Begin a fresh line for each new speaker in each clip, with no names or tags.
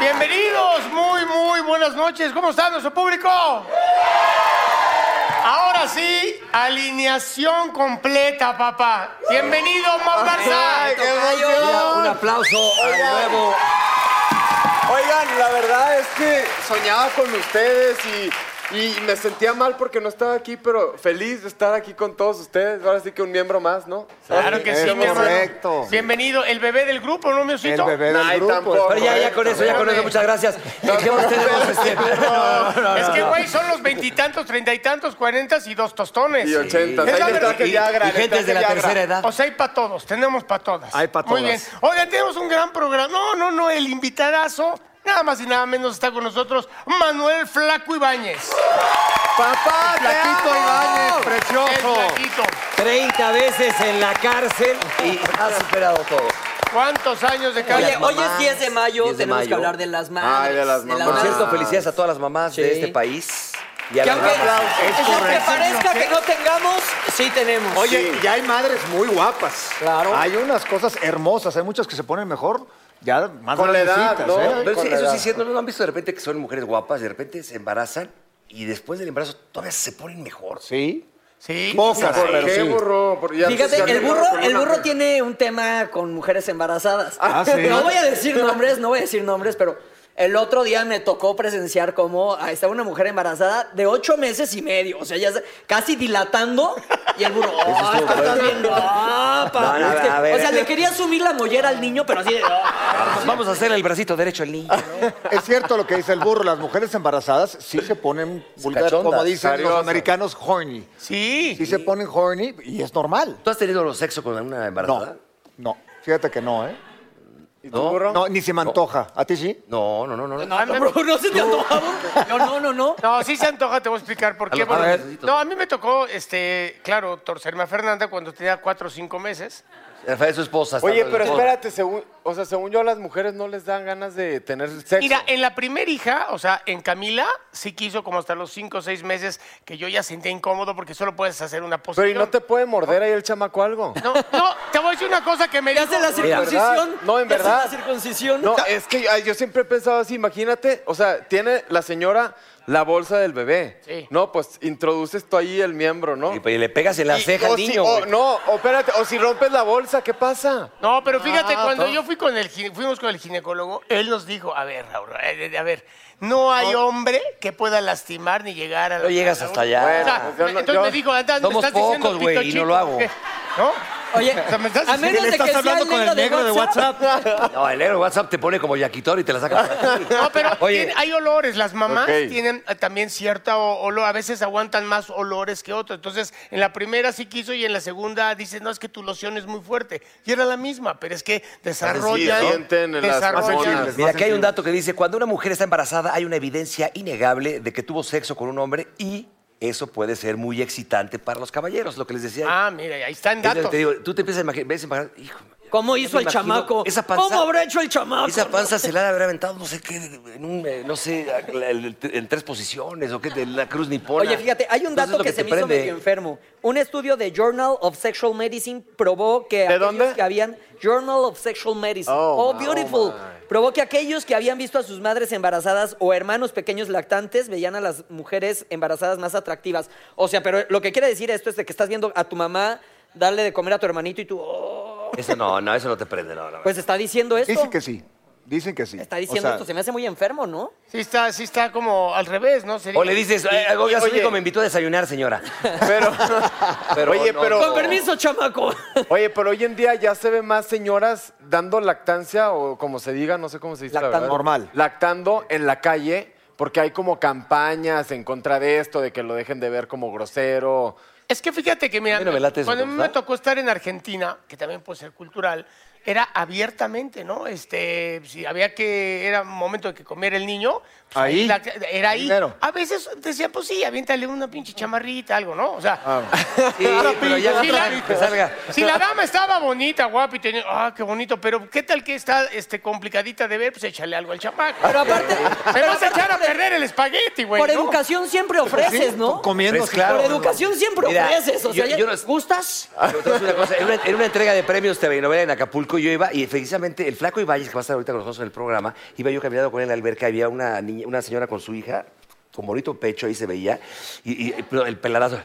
Bienvenidos, muy, muy buenas noches. ¿Cómo está nuestro público? Ahora sí, alineación completa, papá. Bienvenido, Mau Garza.
¡Ay, qué emoción!
Un aplauso al
Oigan.
nuevo.
Oigan, la verdad es que soñaba con ustedes y, y me sentía mal porque no estaba aquí, pero feliz de estar aquí con todos ustedes. Ahora sí que un miembro más, ¿no?
Claro que sí,
Es
mi hermano.
correcto.
Bienvenido, el bebé del grupo, ¿no, mi osito?
del
Ay,
grupo.
tampoco.
Pero ya, ya con eso, ya con eso, muchas gracias. Dejemos tenemos este- No, no, no,
Es que,
no.
güey, son los veintitantos, treinta y tantos, cuarentas y dos tostones.
Y ochentas.
Es
Ahí
la
está
verdad.
que ya gran,
y gente
está
de
que
la
ya
tercera
gran.
edad.
O sea, hay para todos, tenemos para todas.
Hay pa'
Muy bien.
todas.
Oigan, tenemos un gran programa. No, no, no, el invitadazo, nada más y nada menos está con nosotros Manuel Flaco Ibáñez.
Papá, Platito Ibáñez,
El
precioso.
Flaquito.
30 veces en la cárcel y ha superado todo.
¿Cuántos años de
Oye,
carrera?
hoy es 10 de mayo,
10 de
tenemos
mayo.
que hablar de
Ah,
las madres.
Ay, de las mamás.
Por cierto,
Ah.
felicidades a todas las mamás de
Sí.
este país. Y a
Que
las
aunque,
mamás.
aunque parezca que no tengamos, sí tenemos.
Oye, ya hay madres muy guapas.
Claro.
Hay unas cosas hermosas, hay muchas que se ponen mejor, ya más
Con la edad,
grandecitas,
¿no?
¿eh?
Pero sí,
con la
eso sí,
edad.
sí, ¿no lo han visto de repente que son mujeres guapas, de repente se embarazan y después del embarazo todavía se ponen mejor.
Sí.
Sí.
Pocas,
¿Por
pero
qué,
sí.
burro? Por- ya-
Fíjate,
ya te-
el burro,
con
el
una-
burro tiene un tema con mujeres embarazadas.
Ah, ¿sí?
No voy a decir nombres, no voy a decir nombres, pero el otro día me tocó presenciar cómo ah, estaba una mujer embarazada de ocho meses y medio. O sea, ya se- casi dilatando. Y el burro, "Ah,
estuvo
estás
fuerte.
bien guapa". Este,
No, no, a ver, a ver.
O sea, le quería subir la mollera al niño, pero así de. "Ah".
Vamos a hacer el bracito derecho al niño.
Es cierto lo que dice el burro, las mujeres embarazadas sí se ponen vulgar,
Cachondas,
como dicen los
cariosas.
americanos, horny.
Sí.
Sí se ponen horny y es normal.
¿Tú has tenido sexo con una embarazada?
No, no, fíjate que no, ¿eh?
¿Y tú, burro?
No, ni se me antoja. ¿A ti sí?
No, no, no, no.
No, bro, no se te antojaba. No, no, no, no.
No, sí se antoja, te voy a explicar por
A
qué.
lo mejor
Bueno,
necesito.
no, a mí me tocó, este, claro, torcerme a Fernanda cuando tenía cuatro o cinco meses.
Rafael, su esposa. está
Oye,
hablando
pero
de su esposa.
espérate, según, o sea, según yo, a las mujeres no les dan ganas de tener sexo.
Mira, eh, en la primera hija, o sea, en Camila, sí quiso como hasta los cinco o seis meses que yo ya sentía incómodo porque solo puedes hacer una posición.
Pero ¿y no te puede morder ahí el chamaco algo?
No, no, te voy a decir una cosa que me
¿Te
dijo...
hace la circuncisión?
¿verdad? No, en
¿Te hace
verdad.
la circuncisión?
No, es que ay, yo siempre he pensado así, imagínate, o sea, tiene la señora la bolsa del bebé.
Sí.
No, pues introduces tú ahí el miembro, ¿no?
Y, pues, y oh, le pegas en la
Y-
ceja
o
al
si-
niño.
o-
güey.
no, o espérate, o si rompes la bolsa, ¿qué pasa?
No, pero fíjate,
Ah,
cuando
no.
yo fui con el, gine- fuimos con el ginecólogo, él nos dijo, a ver, Raúl, eh, a ver, no hay hombre que pueda lastimar ni llegar a la...
No llegas hasta allá.
O sea,
Bueno, pues yo
me-
no-
entonces
yo-
me dijo, "Andas, me
Somos
estás diciendo
pocos, güey,
pito
y no lo
chico,
hago.
¿qué? ¿No?
Oye,
O sea, ¿me estás
a
diciendo-
menos de que sea el negro, de WhatsApp.
No, el negro WhatsApp te pone como yaquitor y te la saca. por aquí.
No, pero
Oye,
tiene- hay olores. Las mamás
Ok.
tienen eh, también cierta o- olor. A veces aguantan más olores que otros. Entonces, en la primera sí quiso y en la segunda dice, no, es que tu loción es muy fuerte. Y era la misma, pero es que desarrollan.
Sí, sienten en las hormonas.
mira, aquí hay un dato que dice, cuando una mujer está embarazada hay una evidencia innegable de que tuvo sexo con un hombre y eso puede ser muy excitante para los caballeros, lo que les decía.
Ah, mira, ahí están
Entonces,
datos.
te digo, tú te empiezas a imaginar, ves embarazada, hijo,
¿Cómo hizo
me
el
imagino
chamaco?
esa panza-
¿Cómo habrá hecho el chamaco?
Esa panza se la ha de haber aventado, no sé qué, en un, eh, no sé, la- el- en tres posiciones o qué, de la cruz nipona.
Oye, fíjate, hay un
Entonces,
dato
lo
que, se
te
me hizo
prende.
medio enfermo. Un estudio de Journal of Sexual Medicine probó que aquellos
dónde?
que habían Journal of Sexual Medicine,
Oh,
oh,
wow,
beautiful,
my.
probó que aquellos que habían visto a sus madres embarazadas o hermanos pequeños lactantes veían a las mujeres embarazadas más atractivas. O sea, pero lo que quiere decir esto es de que estás viendo a tu mamá darle de comer a tu hermanito y tú, oh,
Eso no, no, eso no te prende, no, no.
pues está diciendo esto.
Dicen que sí. Dicen que sí.
Está
O
diciendo
sea,
esto, se me hace muy enfermo, ¿no?
Sí está, sí está como al revés, ¿no? Sería-
o le dices, eh, hoy a su
Oye.
hijo me invitó a desayunar, señora.
Pero, oye,
no,
pero,
no.
Con permiso, chamaco.
oye, pero hoy en día ya se ve más señoras dando lactancia o como se diga, no sé cómo se dice. la
Lactando.
verdad.
Normal.
Lactando en la calle porque hay como campañas en contra de esto, de que lo dejen de ver como grosero.
Es que fíjate que,
A
mira,
mí no me late eso,
cuando a mí me
¿verdad?
tocó estar en Argentina, que también puede ser cultural, era abiertamente, ¿no? Este, si había que, era momento de que comiera el niño, pues
Ahí,
la- era ahí.
primero.
A veces decían, pues sí, aviéntale una pinche chamarrita, algo, ¿no? O sea,
Ah. Sí, pero ya
si, la,
que salga.
si la dama estaba bonita, guapa y tenía, ah, qué bonito, pero ¿qué tal que está este, complicadita de ver? Pues échale algo al chamaco.
Pero aparte-
Me
pero
vas a
aparte
echar a
por el-
perder el espagueti, güey.
Por
¿no?
educación siempre ofreces, ¿no?
Comiendo.
Pues claro.
Por educación siempre
Mira,
ofreces. O sea,
yo-
ya-
yo no-
¿gustas?
Pero te voy a decir una cosa, en, una, en una entrega de premios TV novela en Acapulco, yo iba, y precisamente el flaco Ibáñez, que va a estar ahorita con nosotros en el programa, iba yo caminando con él en la alberca, había una, niña- una señora con su hija, con bonito pecho, ahí se veía, y, y- pero el peladazo...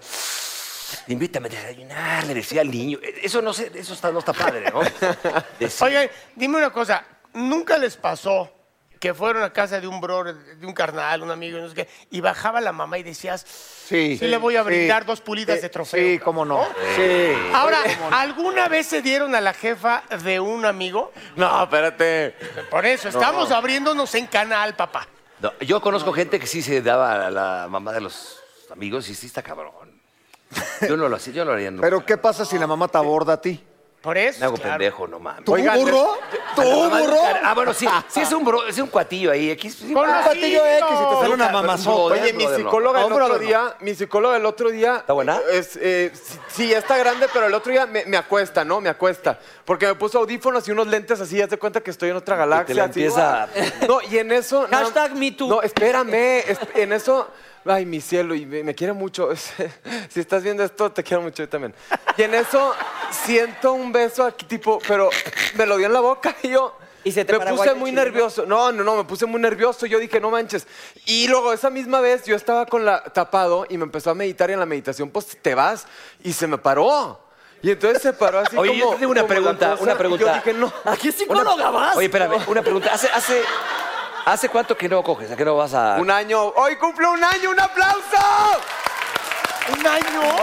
Invítame a desayunar, le decía al niño. E, Eso no sé, eso está, no está padre, ¿no? Decía-
Oigan, dime una cosa, ¿nunca les pasó que fueron a casa de un brother, de un carnal, un amigo, no sé qué, y bajaba la mamá y decías, sí,
Sí.
le voy a
Sí.
brindar dos pulidas
Eh,
de trofeo?
Sí, cómo no. Sí.
Ahora, ¿alguna vez se dieron a la jefa de un amigo?
No, espérate.
Por eso, estamos abriéndonos en canal, papá.
No, yo conozco gente que sí se daba a la mamá de los amigos y sí está cabrón. Yo no lo hacía, yo no lo haría nunca.
Pero ¿qué pasa si la mamá te aborda a ti?
Por eso.
Me hago
claro.
pendejo, no mames.
¿Tú,
Oigan,
eh,
burro? ¿Tú,
A la mamá de un
burro?
cara- Ah, bueno, sí, sí es un, bro- es un cuatillo ahí. X, sí,
Con
ah,
los
Patillo X y te sale
hijos.
una mamazota.
Oye, mi psicóloga el
Hombre,
otro
no.
día, mi psicóloga el otro día. ¿Está
buena?
Es, eh, sí, sí, está grande, pero el otro día me, me acuesta, ¿no? Me acuesta. Porque me puso audífonos y unos lentes así, haz de cuenta que estoy en otra galaxia.
la
así.
empieza a-
No, y en eso. nada-
Hashtag me too.
No, espérame. es- en eso. Ay, mi cielo, y me, me quiere mucho. si estás viendo esto, te quiero mucho yo también. Y en eso siento un beso aquí, tipo, pero me lo dio en la boca y yo.
Y se te
me
paraguayo
puse muy
chileno.
nervioso nervioso. No, no, no, me puse muy nervioso. Yo dije, no manches. Y luego, esa misma vez, yo estaba con la tapado y me empezó a meditar. Y en la meditación, pues te vas. Y se me paró. Y entonces se paró así
Oye, yo
como.
te tengo una
como la
pregunta,
cosa,
una
y
pregunta.
Yo dije, no.
¿A qué psicóloga vas?
Oye, espérame, una pregunta. ¿Hace, hace, ¿Hace cuánto que no coges? ¿A qué no vas a...?
Un año. ¡Hoy cumple un año! ¡Un aplauso!
¿Un año?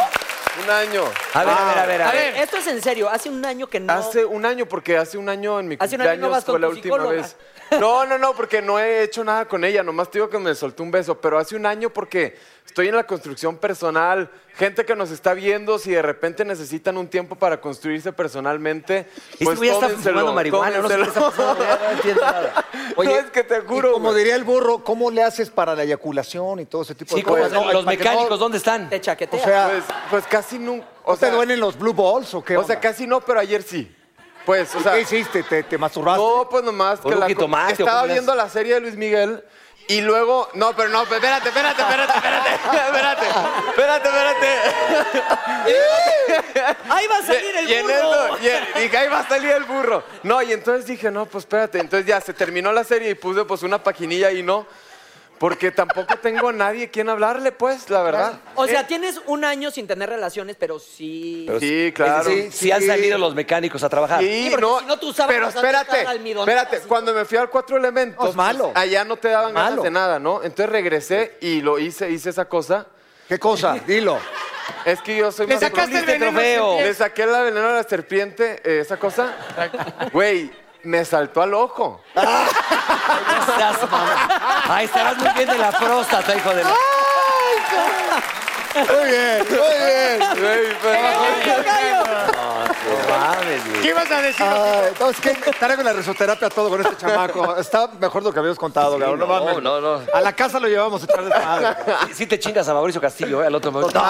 Un año.
A ver, a ver, a ver, a
A
ver.
ver, esto es en serio. Hace un año que no.
Hace un año, porque hace un año en mi
Hace un año
cumpleaños
no vas con
fue la
tu
última
psicóloga.
vez. No, no, no, porque no he hecho nada con ella. Nomás te digo que me soltó un beso. Pero hace un año porque estoy en la construcción personal. Gente que nos está viendo, si de repente necesitan un tiempo para construirse personalmente,
Este
pues
güey ya está
tómenselo,
fumando marihuana, no sé qué está
tómenselo.
pasando, ya no entiendo nada.
No, es que te
y
juro,
Como
güey.
diría el burro, ¿cómo le haces para la eyaculación y todo ese tipo
pues,
Sí,
de cosas?
¿cómo hacen?
No,
los
para que no-
mecánicos, ¿dónde están?
Te chaquetea.
O sea,
Pues, pues casi nunca. O
¿No te
sea,
duelen los blue balls o qué?
o sea,
onda?
casi no, pero ayer sí. Pues, o sea,
¿Qué hiciste? ¿Te, te masturbaste?
No, pues nomás
Con
que
un
la
jitomate, ¿o
estaba
cómo le
viendo la serie de Luis Miguel y luego no, pero no, espérate, espérate, espérate, espérate, espérate, espérate, espérate.
Ahí va a salir el
Y en
burro.
eso, y en- dije, ahí va a salir el burro. No, y entonces dije, no, pues espérate. Entonces ya se terminó la serie y puse pues una paginilla y no. Porque tampoco tengo a nadie quien hablarle, pues, la verdad.
O sea, tienes un año sin tener relaciones, pero sí.
Sí, claro.
Es decir, si han salido los mecánicos a trabajar.
Sí,
Sí, porque
no,
si no, tú usabas
pero
bastante
espérate,
cada almidón.
espérate, cuando me fui al Cuatro Elementos,
No, es malo.
allá no te daban ganas
Malo.
de nada, ¿no? Entonces regresé y lo hice, hice esa cosa.
¿Qué cosa? Dilo.
Es que yo soy
Le
más
sacaste el
bromista.
veneno. al
trofeo.
serpiente.
Le saqué la veneno a la serpiente, eh, esa cosa. Güey, me saltó al ojo.
Ah,
No seas mamón. Ahí estarás muy bien de la próstata, hijo de la...
Muy bien, muy bien.
No mames, güey.
¿Qué ibas a decir?
Ay, Ah, no, es que cargo la risoterapia todo con este chamaco. Está mejor de lo que habíamos contado, cabrón.
no,
mames.
no, no.
A la casa lo llevamos a echar desmadre.
Sí, sí te chingas a Mauricio Castillo, ¿eh? al otro Mauricio.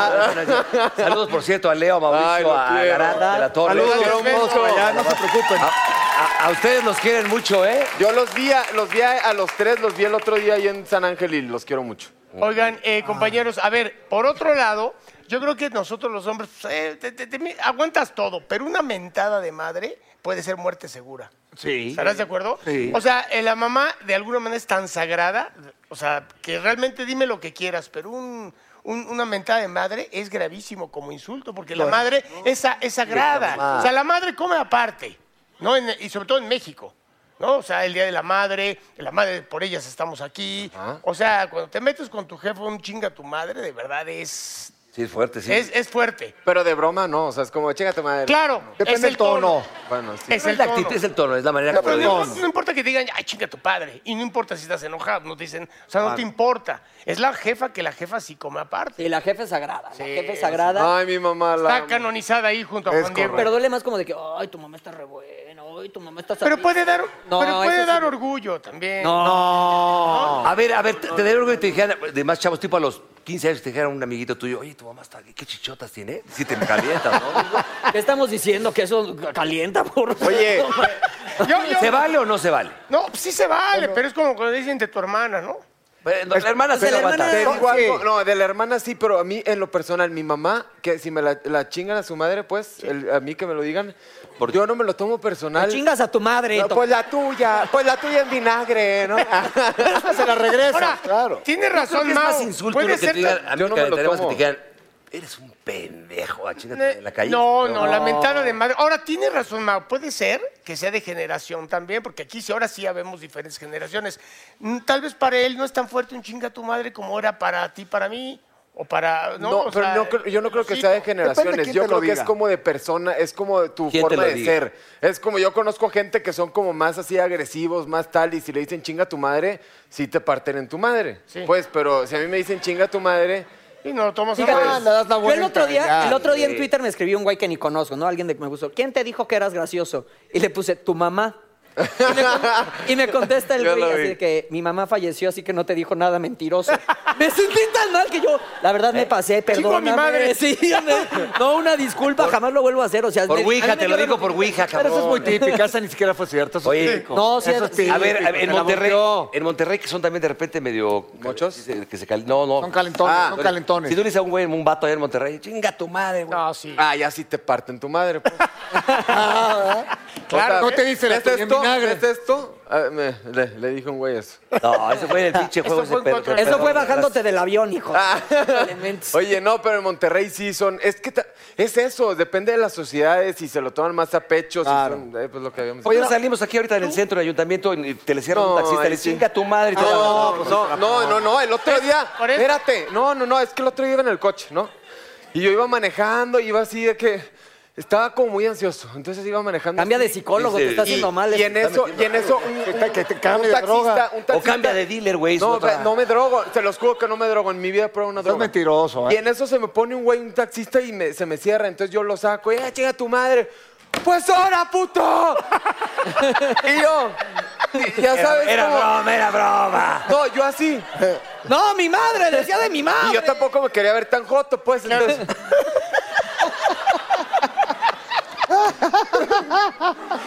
Saludos, por cierto, a Leo, a
Ay,
Mauricio,
lo
a
quiero.
Garata, de la Torre.
Saludos,
Quiero un
hermoso.
beso.
Ya, no se preocupen.
A, a ustedes los quieren mucho, ¿eh?
Yo los vi, a, los vi a, a los tres, los vi el otro día ahí en San Ángel y los quiero mucho.
Oigan, eh, compañeros, a ver, por otro lado, yo creo que nosotros los hombres, pues, eh, te- te- te- aguantas todo, pero una mentada de madre puede ser muerte segura.
Sí.
¿Estarás de acuerdo?
Sí.
O sea, eh, la mamá de alguna manera es tan sagrada, o sea, que realmente dime lo que quieras, pero un- un- una mentada de madre es gravísimo como insulto, porque la madre es, sa- es sagrada. O sea, la madre come aparte, ¿no? En- y sobre todo en México. ¿No? O sea, el Día de la Madre, la madre, por ellas estamos aquí. O sea, cuando te metes con tu jefe un chinga a tu madre, de verdad es,
Sí, es fuerte, sí.
es, es fuerte.
Pero de broma no, o sea, es como, chégate madre.
Claro,
Depende
es
del
el tono.
tono.
Bueno, sí.
Es
No
el
es la actitud,
tono.
es el tono, es la manera como
Pero
lo
no,
digo.
importa- no importa que digan, ay, chinga tu padre. Y no importa si estás enojado, no te dicen, o sea, no te importa. Es la jefa que la jefa sí come aparte.
Sí, la jefe es sagrada.
Sí,
la jefe es sagrada.
Ay, mi mamá la.
Está
amo.
canonizada ahí junto a
Es
Juan Diego.
Pero duele más como de que, ay, tu mamá está re buena, ay, tu mamá está
Pero
sabida".
puede dar,
No,
pero puede
eso sí.
dar orgullo también.
A ver, a ver, te, te daría orgullo que te dijeran, de más chavos, tipo a los 15 años, te dijera un amiguito tuyo, oye, tu mamá está, ¿qué chichotas tiene? Si te me calientas, ¿no?
¿Qué estamos diciendo? Que eso calienta, por
Oye,
Yo- yo-
¿Se vale o no se vale?
No, pues sí se vale, pero es como cuando dicen de tu hermana, ¿no?
Eh, no, la hermana se
pero-
levanta.
Te digo
Sí.
algo, No, de la hermana sí, pero a mí en lo personal, mi mamá, que si me la, la chingan a su madre, pues, el- a mí que me lo digan, yo no me lo tomo personal.
Chingas a tu madre.
No,
to-
pues la tuya, pues la tuya en vinagre, ¿no? Se la
Ahora,
regresa.
tiene
Creo
razón,
que es
Mao.
más insulto
Puede
lo que te
ser
digan.
tan-
A mí
Yo
me
no me lo
calentaría más que
tomo.
te digan, eres un pendejo, a chingate en la calle.
No, no, la mentada de madre. Ahora, tiene razón, Mao. Puede ser que sea de generación también, porque aquí sí, ahora sí ya vemos diferentes generaciones. Mm, Tal vez para él no es tan fuerte un chinga a tu madre como era para ti, para mí, o para... No,
No,
o
pero
sea,
no creo- yo no creo que
sí.
sea de
Depende de
generaciones.
quién
Yo
te lo
creo que es
diga.
como de persona, es como tu
¿Quién te
forma
lo
de
diga?
ser. Es como yo conozco gente que son como más así agresivos, más tal, y si le dicen chinga a tu madre, sí te parten en tu madre.
Sí.
Pues, pero si a mí me dicen chinga a tu madre,
Y no lo tomas a
Fíjate,
mal.
le das la
yo el otro
vuelta,
día,
ya.
el otro día en Twitter me escribió un güey que ni conozco, ¿no? Alguien de que me gustó. ¿Quién te dijo que eras gracioso? Y le puse, tu mamá. Y me, con- y me contesta el
Yo
güey
lo
así
vi.
de que mi mamá falleció, así que no te dijo nada mentiroso. me sentí tan mal que yo, la verdad me pasé,
Chingo a
perdóname.
mi madre.
Sí, me- no, una disculpa, jamás lo vuelvo a hacer. O sea,
Por
me-
Ouija,
a mí me
te lo
dio
digo
re-
por Ouija,
Pero
cabrón.
eso es muy típico, esa ni siquiera fue cierta. eso es
Oye,
típico.
no, sí,
Eso
a
típico,
A ver, a ver,
te
en
la
Monterrey,
volteó.
en Monterrey que son también de repente medio
¿Muchos?
que se- que se cal- no, no.
Son calentones,
Ah,
son calentones.
Si tú le dices a un güey, un vato allá en Monterrey, chinga tu madre, güey.
No, sí.
ah, ya sí te parten tu madre. Pues.
Claro, no te dice la
¿Es
tuya en
esto?
vinagre.
¿Es esto? Ah, me- le, le dijo un güey eso.
No, ese fue en el pinche juego
Eso
ese
fue en
pedo.
cuatro-
Eso fue
Perdón,
bajándote del avión, hijo.
Oye, no, pero en Monterrey sí son. Es que ta- es eso, depende de las sociedades, si se lo toman más a pecho, si
Claro.
son- eh, pues lo que habíamos
Oye, salimos aquí ahorita en el centro del ayuntamiento y te le cierran
No,
un taxista y
ahí
le
sí.
chinga tu madre. y te van a-
No, pues no, no, no, no, el otro día.
por eso.
Espérate. No, no, no, es que el otro día iba en el coche, ¿no? Y yo iba manejando, iba así de que. Estaba como muy ansioso. Entonces iba manejando.
Cambia
así.
de psicólogo, te está haciendo mal.
Y en
este.
eso, y en eso, un,
Que- que te
un
cambie de
taxista,
droga.
un taxista-
O cambia de dealer, güey, es
No,
otra-
ve- no me drogo. Se los juro que no me drogo. En mi vida pruebo una
Estás
droga.
mentiroso, ¿eh?
Y en eso se me pone un güey, un taxista, y me- se me cierra. Entonces yo lo saco. ¡Eh, chinga tu madre! ¡Pues ahora, puto! y yo, y- ya sabes
Era
cómo-
broma, era broma.
No, yo así.
Eh,
No, mi madre, decía de mi madre.
Y yo tampoco me quería ver tan joto, pues. Entonces,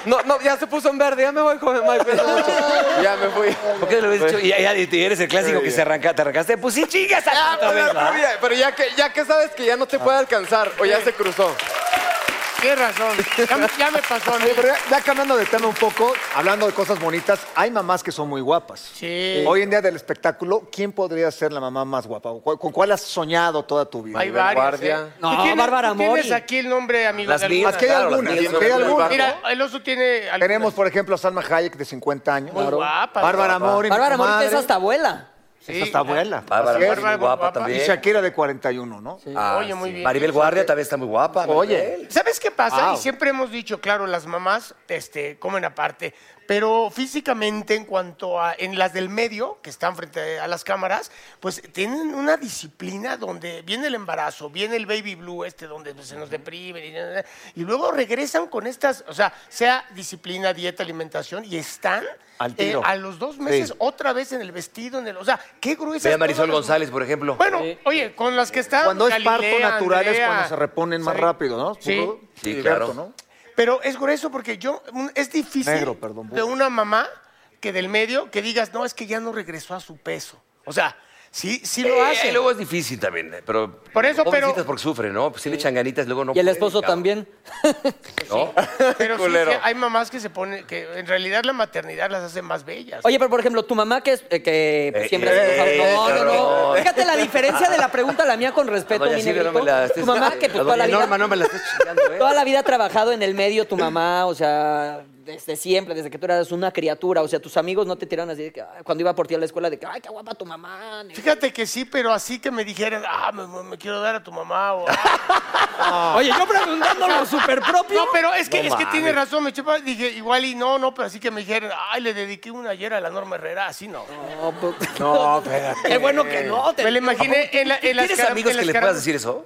no, no, ya se puso en verde, ya me voy con Michael. ya me fui.
¿Por qué no lo habías dicho? Y ya- y eres el clásico que se arranca, te arrancaste. Pues sí, chingas a
Ah,
otra
pero,
vez, ¿va?
pero ya- pero ya que, ya que sabes que ya no te puede
Ah.
alcanzar o ya se cruzó.
Tienes razón. Ya, me- ya me pasó a mí.
Oye, pero ya, ya cambiando de tema un poco, hablando de cosas bonitas, hay mamás que son muy guapas.
Sí.
Hoy en día del espectáculo, ¿quién podría ser la mamá más guapa? ¿O cu- ¿Con cuál has soñado toda tu vida?
Hay varios.
guardia.
¿eh?
No,
¿Tú tienes-
Bárbara
tú Tienes
Mori.
aquí el nombre, amigo.
Las
de alguna?
mías,
Aquí hay
Claro, las
algunas,
mías
aquí hay
son muy
algunas.
guapas.
Mira, el oso tiene... algunas.
Tenemos, por ejemplo, a Salma Hayek, de 50 años.
Muy guapa,
Bárbara
guapa.
Mori, mi
Bárbara Mori, que
comadre.
es hasta abuela.
Sí.
Es hasta abuela.
Bárbara,
Así es.
Mori, muy guapa
Guapa.
Y
también.
Shakira, de 41, ¿no?
Ah,
Oye, muy bien.
Maribel Guardia también está muy guapa.
Oye.
Maribel.
¿Sabes qué pasa?
Wow.
Y siempre hemos dicho, claro, las mamás este, comen aparte, Pero físicamente, en cuanto a en las del medio, que están frente a las cámaras, pues tienen una disciplina donde viene el embarazo, viene el baby blue este, donde pues, se nos deprimen, y, y luego regresan con estas, o sea, sea disciplina, dieta, alimentación, y están eh,
Al tiro.
a los dos meses
Sí.
otra vez en el vestido, en el, o sea, qué gruesa.
Ve a Marisol González, por ejemplo.
Bueno, oye, con las que están.
Cuando es
Galilea,
parto natural es
Andrea.
cuando se reponen más
Sí.
rápido, ¿no?
Sí.
Puro
Sí,
liberto,
claro.
¿no?
Pero es grueso porque yo un- es difícil
Negro, perdón, burro.
de una mamá que del medio que digas, no, es que ya no regresó a su peso. O sea, sí, sí lo
Eh,
hace.
luego es difícil también, eh, pero.
Por eso, pero-
pobrecitas porque sufren, ¿no? Pues si le echan ganitas, luego no.
Y el
pueden,
esposo
cabrón,
también.
¿no?
Pero sí, ah,
Culero.
sí, hay mamás que se ponen, que en realidad la maternidad las hace más bellas.
Oye, pero por ejemplo, tu mamá que, es, eh, que
Eh,
siempre...
eh,
ha sido-
eh,
no, no, no.
cabrón.
Fíjate la diferencia de la pregunta a la mía con
A
respeto,
doña
mi
Silvia no
negrito.
me la estés-
Tu mamá que pues
A
toda la
doña
vida...
Norma no me la estés chingando, ¿eh?
Toda la vida ha trabajado en el medio tu mamá, o sea, desde siempre, desde que tú eras una criatura. O sea, tus amigos no te tiraron así de que, "Ay", cuando iba por ti a la escuela de que, ay, qué guapa tu mamá. nene".
Fíjate que sí, pero así que me dijeran, ah, me, me quiero dar a tu mamá. O, "Ah".
Oye, yo preguntando lo súper propio.
no, pero es que, es que tiene razón, me chupa. Dije, igual y no, no, pero así que me dijeron, ay, le dediqué una ayer a la Norma Herrera, así no.
No, pues-
No, espérate.
Qué bueno que no. te-
Eh, Me lo imaginé en la. En las
¿Tienes
cara-
amigos
en
que
las
le
cara-
puedas decir eso?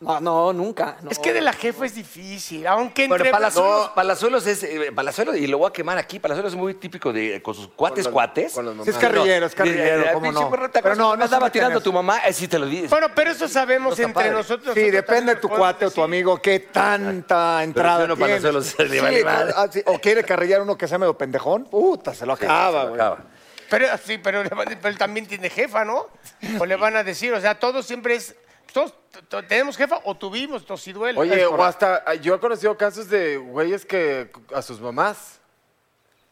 No, Ah, no, nunca. no.
Es que de la jefa es difícil, aunque
Bueno,
entre
Palazuelos, Palazuelos es. eh, Palazuelos, y lo voy a quemar aquí. Palazuelos es muy típico de. eh, con sus cuates, cuates.
Con las
Sí, es
mamás.
carrillero, es
Eh, eh,
carrillero, ¿cómo
pinche
no?
perro, ¿te
Pero
acuerdas
no,
cuando
no
andaba
se
tirando a
meten
tu mamá, eh, sí te lo
pues,
dices.
Bueno, pero eso sabemos
está
entre
padre.
en
nosotros.
eso. Sí,
nosotros
depende
también
de tu
nos
cuate o tu
podemos decir.
amigo, qué tanta entrada
si uno
tiene.
Palazuelos se le vale
Sí,
madre.
ah, sí, O quiere carrillar uno que sea medio pendejón, puta, se lo acaba, güey.
Acaba.
Pero sí, pero, le van- pero él también tiene jefa, ¿no? O le van a decir, o sea, todos siempre es. Todos t- t- tenemos jefa o tuvimos, todos si duele.
Oye, o hasta ah, yo he conocido casos de güeyes que a sus mamás.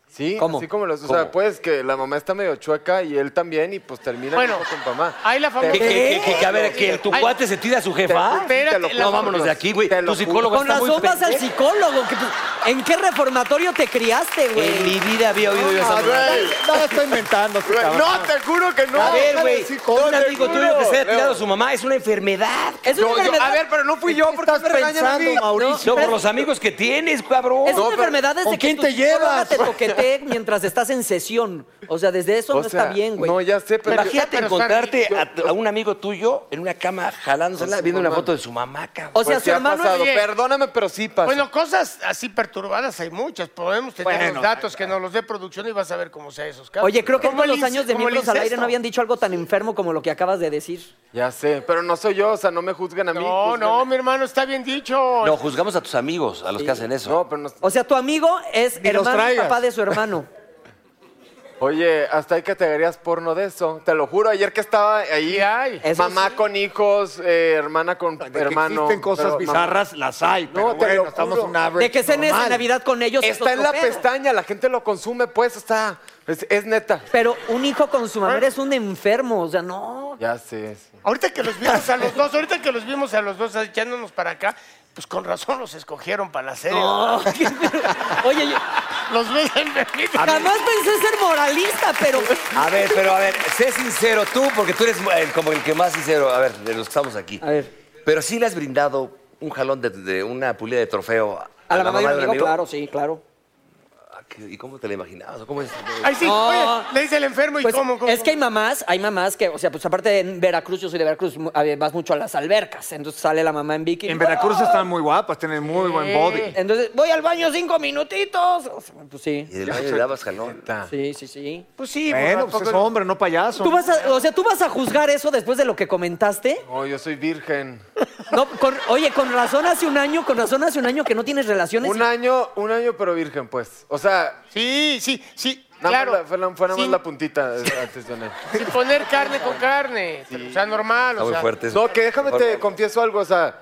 Sí,
¿Cómo?
así como los, o
¿Cómo?
sea, pues que la mamá está medio chueca y él también y pues termina
Bueno,
con mamá.
hay la famosa-
Que, que- que- que- que- a ver, que tu
Ay.
cuate se tira a su jefa.
Espérate,
no,
la-
vámonos de aquí, güey.
Te lo
Tu psicólogo
Con
está muy
razón vas al
pendejo.
psicólogo. que, pues, ¿En qué reformatorio te criaste,
En mi
güey?
vida había oído yo esa
Ah,
mamá.
güey, No, está inventando. este
Güey,
cabrón.
No, te juro que no.
A ver, güey.
sí, con
Un amigo
seguro.
tuyo que se haya
Leo.
tirado a su mamá es una enfermedad.
Es una
Yo- yo-
enfermedad.
a ver, pero no fui yo
¿Qué
porque
estás
me regañan a mí.
pensando, Mauricio?
No, por los amigos que tienes, cabrón.
Es
No,
una
pero-
enfermedad desde
¿con
que
quién
tu
te
psicóloga
llevas?
te toquetee mientras estás en sesión. O sea, desde eso
O
no
sea,
está bien, güey.
No, ya sé, pero
Imagínate
pero están-
encontrarte a, a un amigo tuyo en una cama jalándosela, viendo una foto de su mamá, cabrón.
O sea,
Pues
su
sí ha
hermano...
pasado.
oye.
Perdóname, pero sí pasa.
Bueno, cosas así perturbadas hay muchas. Podemos tener los datos que nos los dé producción y vas a ver cómo sea esos casos.
Oye, creo que
Como
todos
el
los
ince-
años de
como el
miembros al aire
incesto.
no habían dicho algo tan enfermo como lo que acabas de decir.
ya sé, pero no soy yo, o sea, no me juzgan a mí. pues,
No,
juzgan-
no, mi hermano, está bien dicho.
No, juzgamos a tus amigos, a los que hacen eso.
No, pero no.
O sea, tu amigo es
Ni los
hermano y
traigas.
papá de su hermano.
Oye, hasta hay categorías porno de eso. Te lo juro, ayer que estaba ahí,
Sí hay.
Eso
mamá
sí.
con hijos, eh, hermana con
De que
hermano.
existen cosas
pero mamá-
bizarras, las hay. Pero
te
bueno,
lo
estamos
juro.
una
De que cenes en
normal.
Navidad con ellos. es
Está en
otro
la
pedo.
pestaña, la gente lo consume, pues, está. Es, es neta.
Pero un hijo con su mamá es un enfermo. O sea, no.
Ya sé. sí.
Ahorita que los vimos a los dos, ahorita que los vimos a los dos echándonos para acá, pues con razón los escogieron para la serie.
No. Oye, yo
Los ves enfermitos.
jamás pensé ser moralista, pero.
A ver, pero a ver, sé sincero tú, porque tú eres eh, como el que más sincero, a ver, de los que estamos aquí.
A ver.
Pero sí le has brindado un jalón de, de una pulida de trofeo a,
A la mamá de un
del
amigo, claro, sí, claro.
Ah, ¿qué- ¿Y cómo te la imaginabas? ¿O ¿Cómo es?
Ay, sí,
No.
oye, le dice el enfermo y
Pues,
cómo, cómo,
es que hay
cómo?
mamás, hay mamás que, o sea, pues aparte en Veracruz, yo soy de Veracruz, mu- a ver, vas mucho a las albercas, entonces sale la mamá en bikini.
En Veracruz están muy guapas, tienen muy buen body.
Entonces, voy al baño cinco minutitos. O sea, pues sí,
Y del baño le dabas jalón.
sí, sí, sí.
Pues sí,
Bueno,
pues,
pues es
tampoco-
hombre, no payaso.
¿Tú vas a, o sea, ¿tú vas a juzgar eso después de lo que comentaste?
No, Oh, yo soy virgen.
No, con- oye, con razón hace un año, con razón hace un año que no tienes relaciones.
Un año, un año, pero virgen, pues. O sea,
Sí, sí, sí.
nada más
claro.
la- fue, la- fue nada más
sin,
la puntita eh, antes de una-
sin poner carne con carne. O sea, normal.
Está
O
muy
sea,
fuerte eso.
No, que déjame te confieso algo, o sea,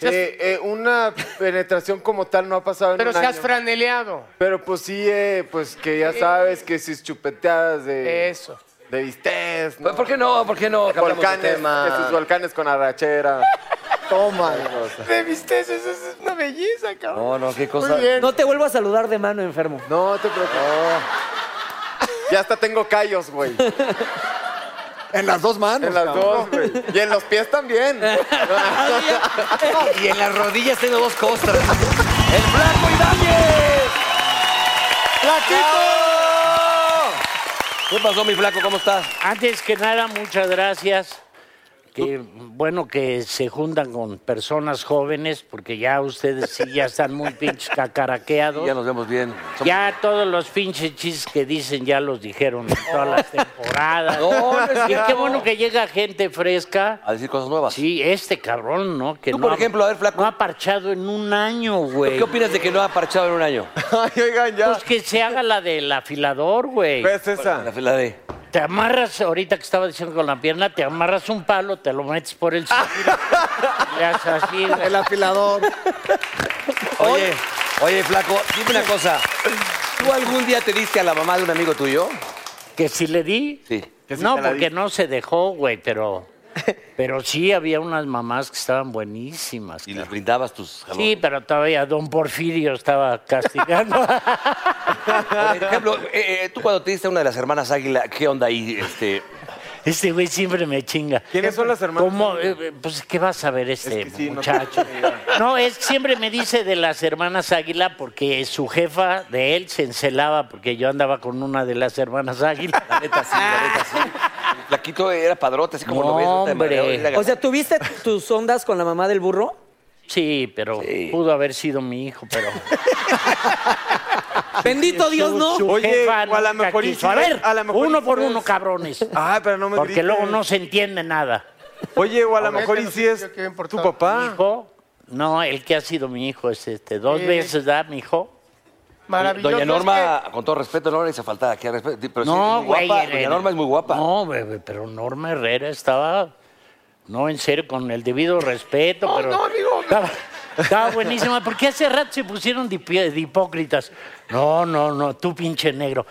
Seas-
eh, eh, una penetración como tal no ha pasado en
Pero
un
seas
año.
franeleado.
Pero pues sí, eh, pues que ya sabes que sus chupeteadas de...
Eso.
De bistecs,
Pues, ¿Por qué no? ¿Por qué no? Cambiamos de
Volcanes,
tema.
de sus volcanes con arrachera.
Toma.
¿Te viste eso? Eso es una belleza, cabrón.
No, no, qué cosa.
Muy bien.
No te vuelvo a saludar de mano, enfermo.
No te preocupes. Ya hasta tengo callos, güey.
En las dos manos.
En las
cabrón.
dos, güey. Y en los pies también.
Y en las rodillas tengo dos costras. ¡El flaco y ¿Qué pasó, mi flaco? ¿Cómo estás?
Antes que nada, muchas gracias. Qué bueno que se juntan con personas jóvenes, porque ya ustedes sí ya están muy pinches cacaraqueados.
Ya nos vemos bien. Somos-
Ya todos los pinches chistes que dicen ya los dijeron en todas las temporadas.
Oh. No, no es
y qué
cierto.
bueno que llega gente fresca.
A decir cosas nuevas.
Sí, este cabrón, ¿no? Que
Tú,
no
por
ha-
ejemplo, a ver, flaco.
No ha parchado en un año, güey.
¿Qué opinas de que no ha parchado en un año?
Ay, oigan, ya.
Pues que se haga la del afilador, güey.
Pues-
¿Ves esa?
La, la de.
Te amarras, ahorita que estaba diciendo con la pierna, te amarras un palo, te lo metes por el cinturón, le haces así, güey.
El afilador.
Oye, oye, flaco, dime una cosa. ¿Tú algún día te diste a la mamá de un amigo tuyo?
Que si le di.
Sí.
Que si
no,
te la
porque
di.
no se dejó, güey, pero. Pero sí había unas mamás que estaban buenísimas.
Y
cabrón.
les brindabas tus jalones.
Sí, pero todavía don Porfirio estaba castigando.
Por ejemplo, eh, eh, tú cuando te diste a una de las hermanas Águila, ¿qué onda ahí? Este,
Este güey siempre me chinga.
¿Quiénes son las hermanas?
¿Cómo? Eh, eh, Pues, ¿qué vas a ver este
que sí, no te-
muchacho? No, es que siempre me dice de las hermanas Águila porque su jefa de él se encelaba porque yo andaba con una de las hermanas Águila.
la neta sí, la neta sí. El Flaquito era padrote, así como lo ves. te
Hombre.
mareaba y la-
O sea, ¿tuviste tus ondas con la mamá del burro?
Sí, pero
Sí.
pudo haber sido mi hijo, pero...
Bendito Dios,
su-
¿no?
su
Oye,
jefa
o a lo
nunca
mejor y
quiso.
sí,
A ver,
a lo mejor
uno
y
por
sí
uno,
es.
cabrones.
Ay, Ah, pero no me
Porque
grites.
luego no se entiende nada.
Oye, o a lo
Aunque
mejor y
este no
si
sé
es
yo qué me
tu
importaba.
Mi
papá.
hijo, no, el que ha sido mi hijo es este, dos
Sí.
veces, ¿verdad, mi hijo?
Maravilloso.
Doña
es
Norma, con todo respeto, no le hizo falta aquí al respeto. Pero sí,
No,
es muy
güey.
guapa. Doña
Herrera.
Norma es muy guapa.
No, bebé, pero Norma Herrera estaba, no en serio, con el debido respeto, pero.
no, digo-
Estaba, estaba buenísima, porque hace rato se pusieron de, hipó- de hipócritas. No, no, no, tú pinche negro.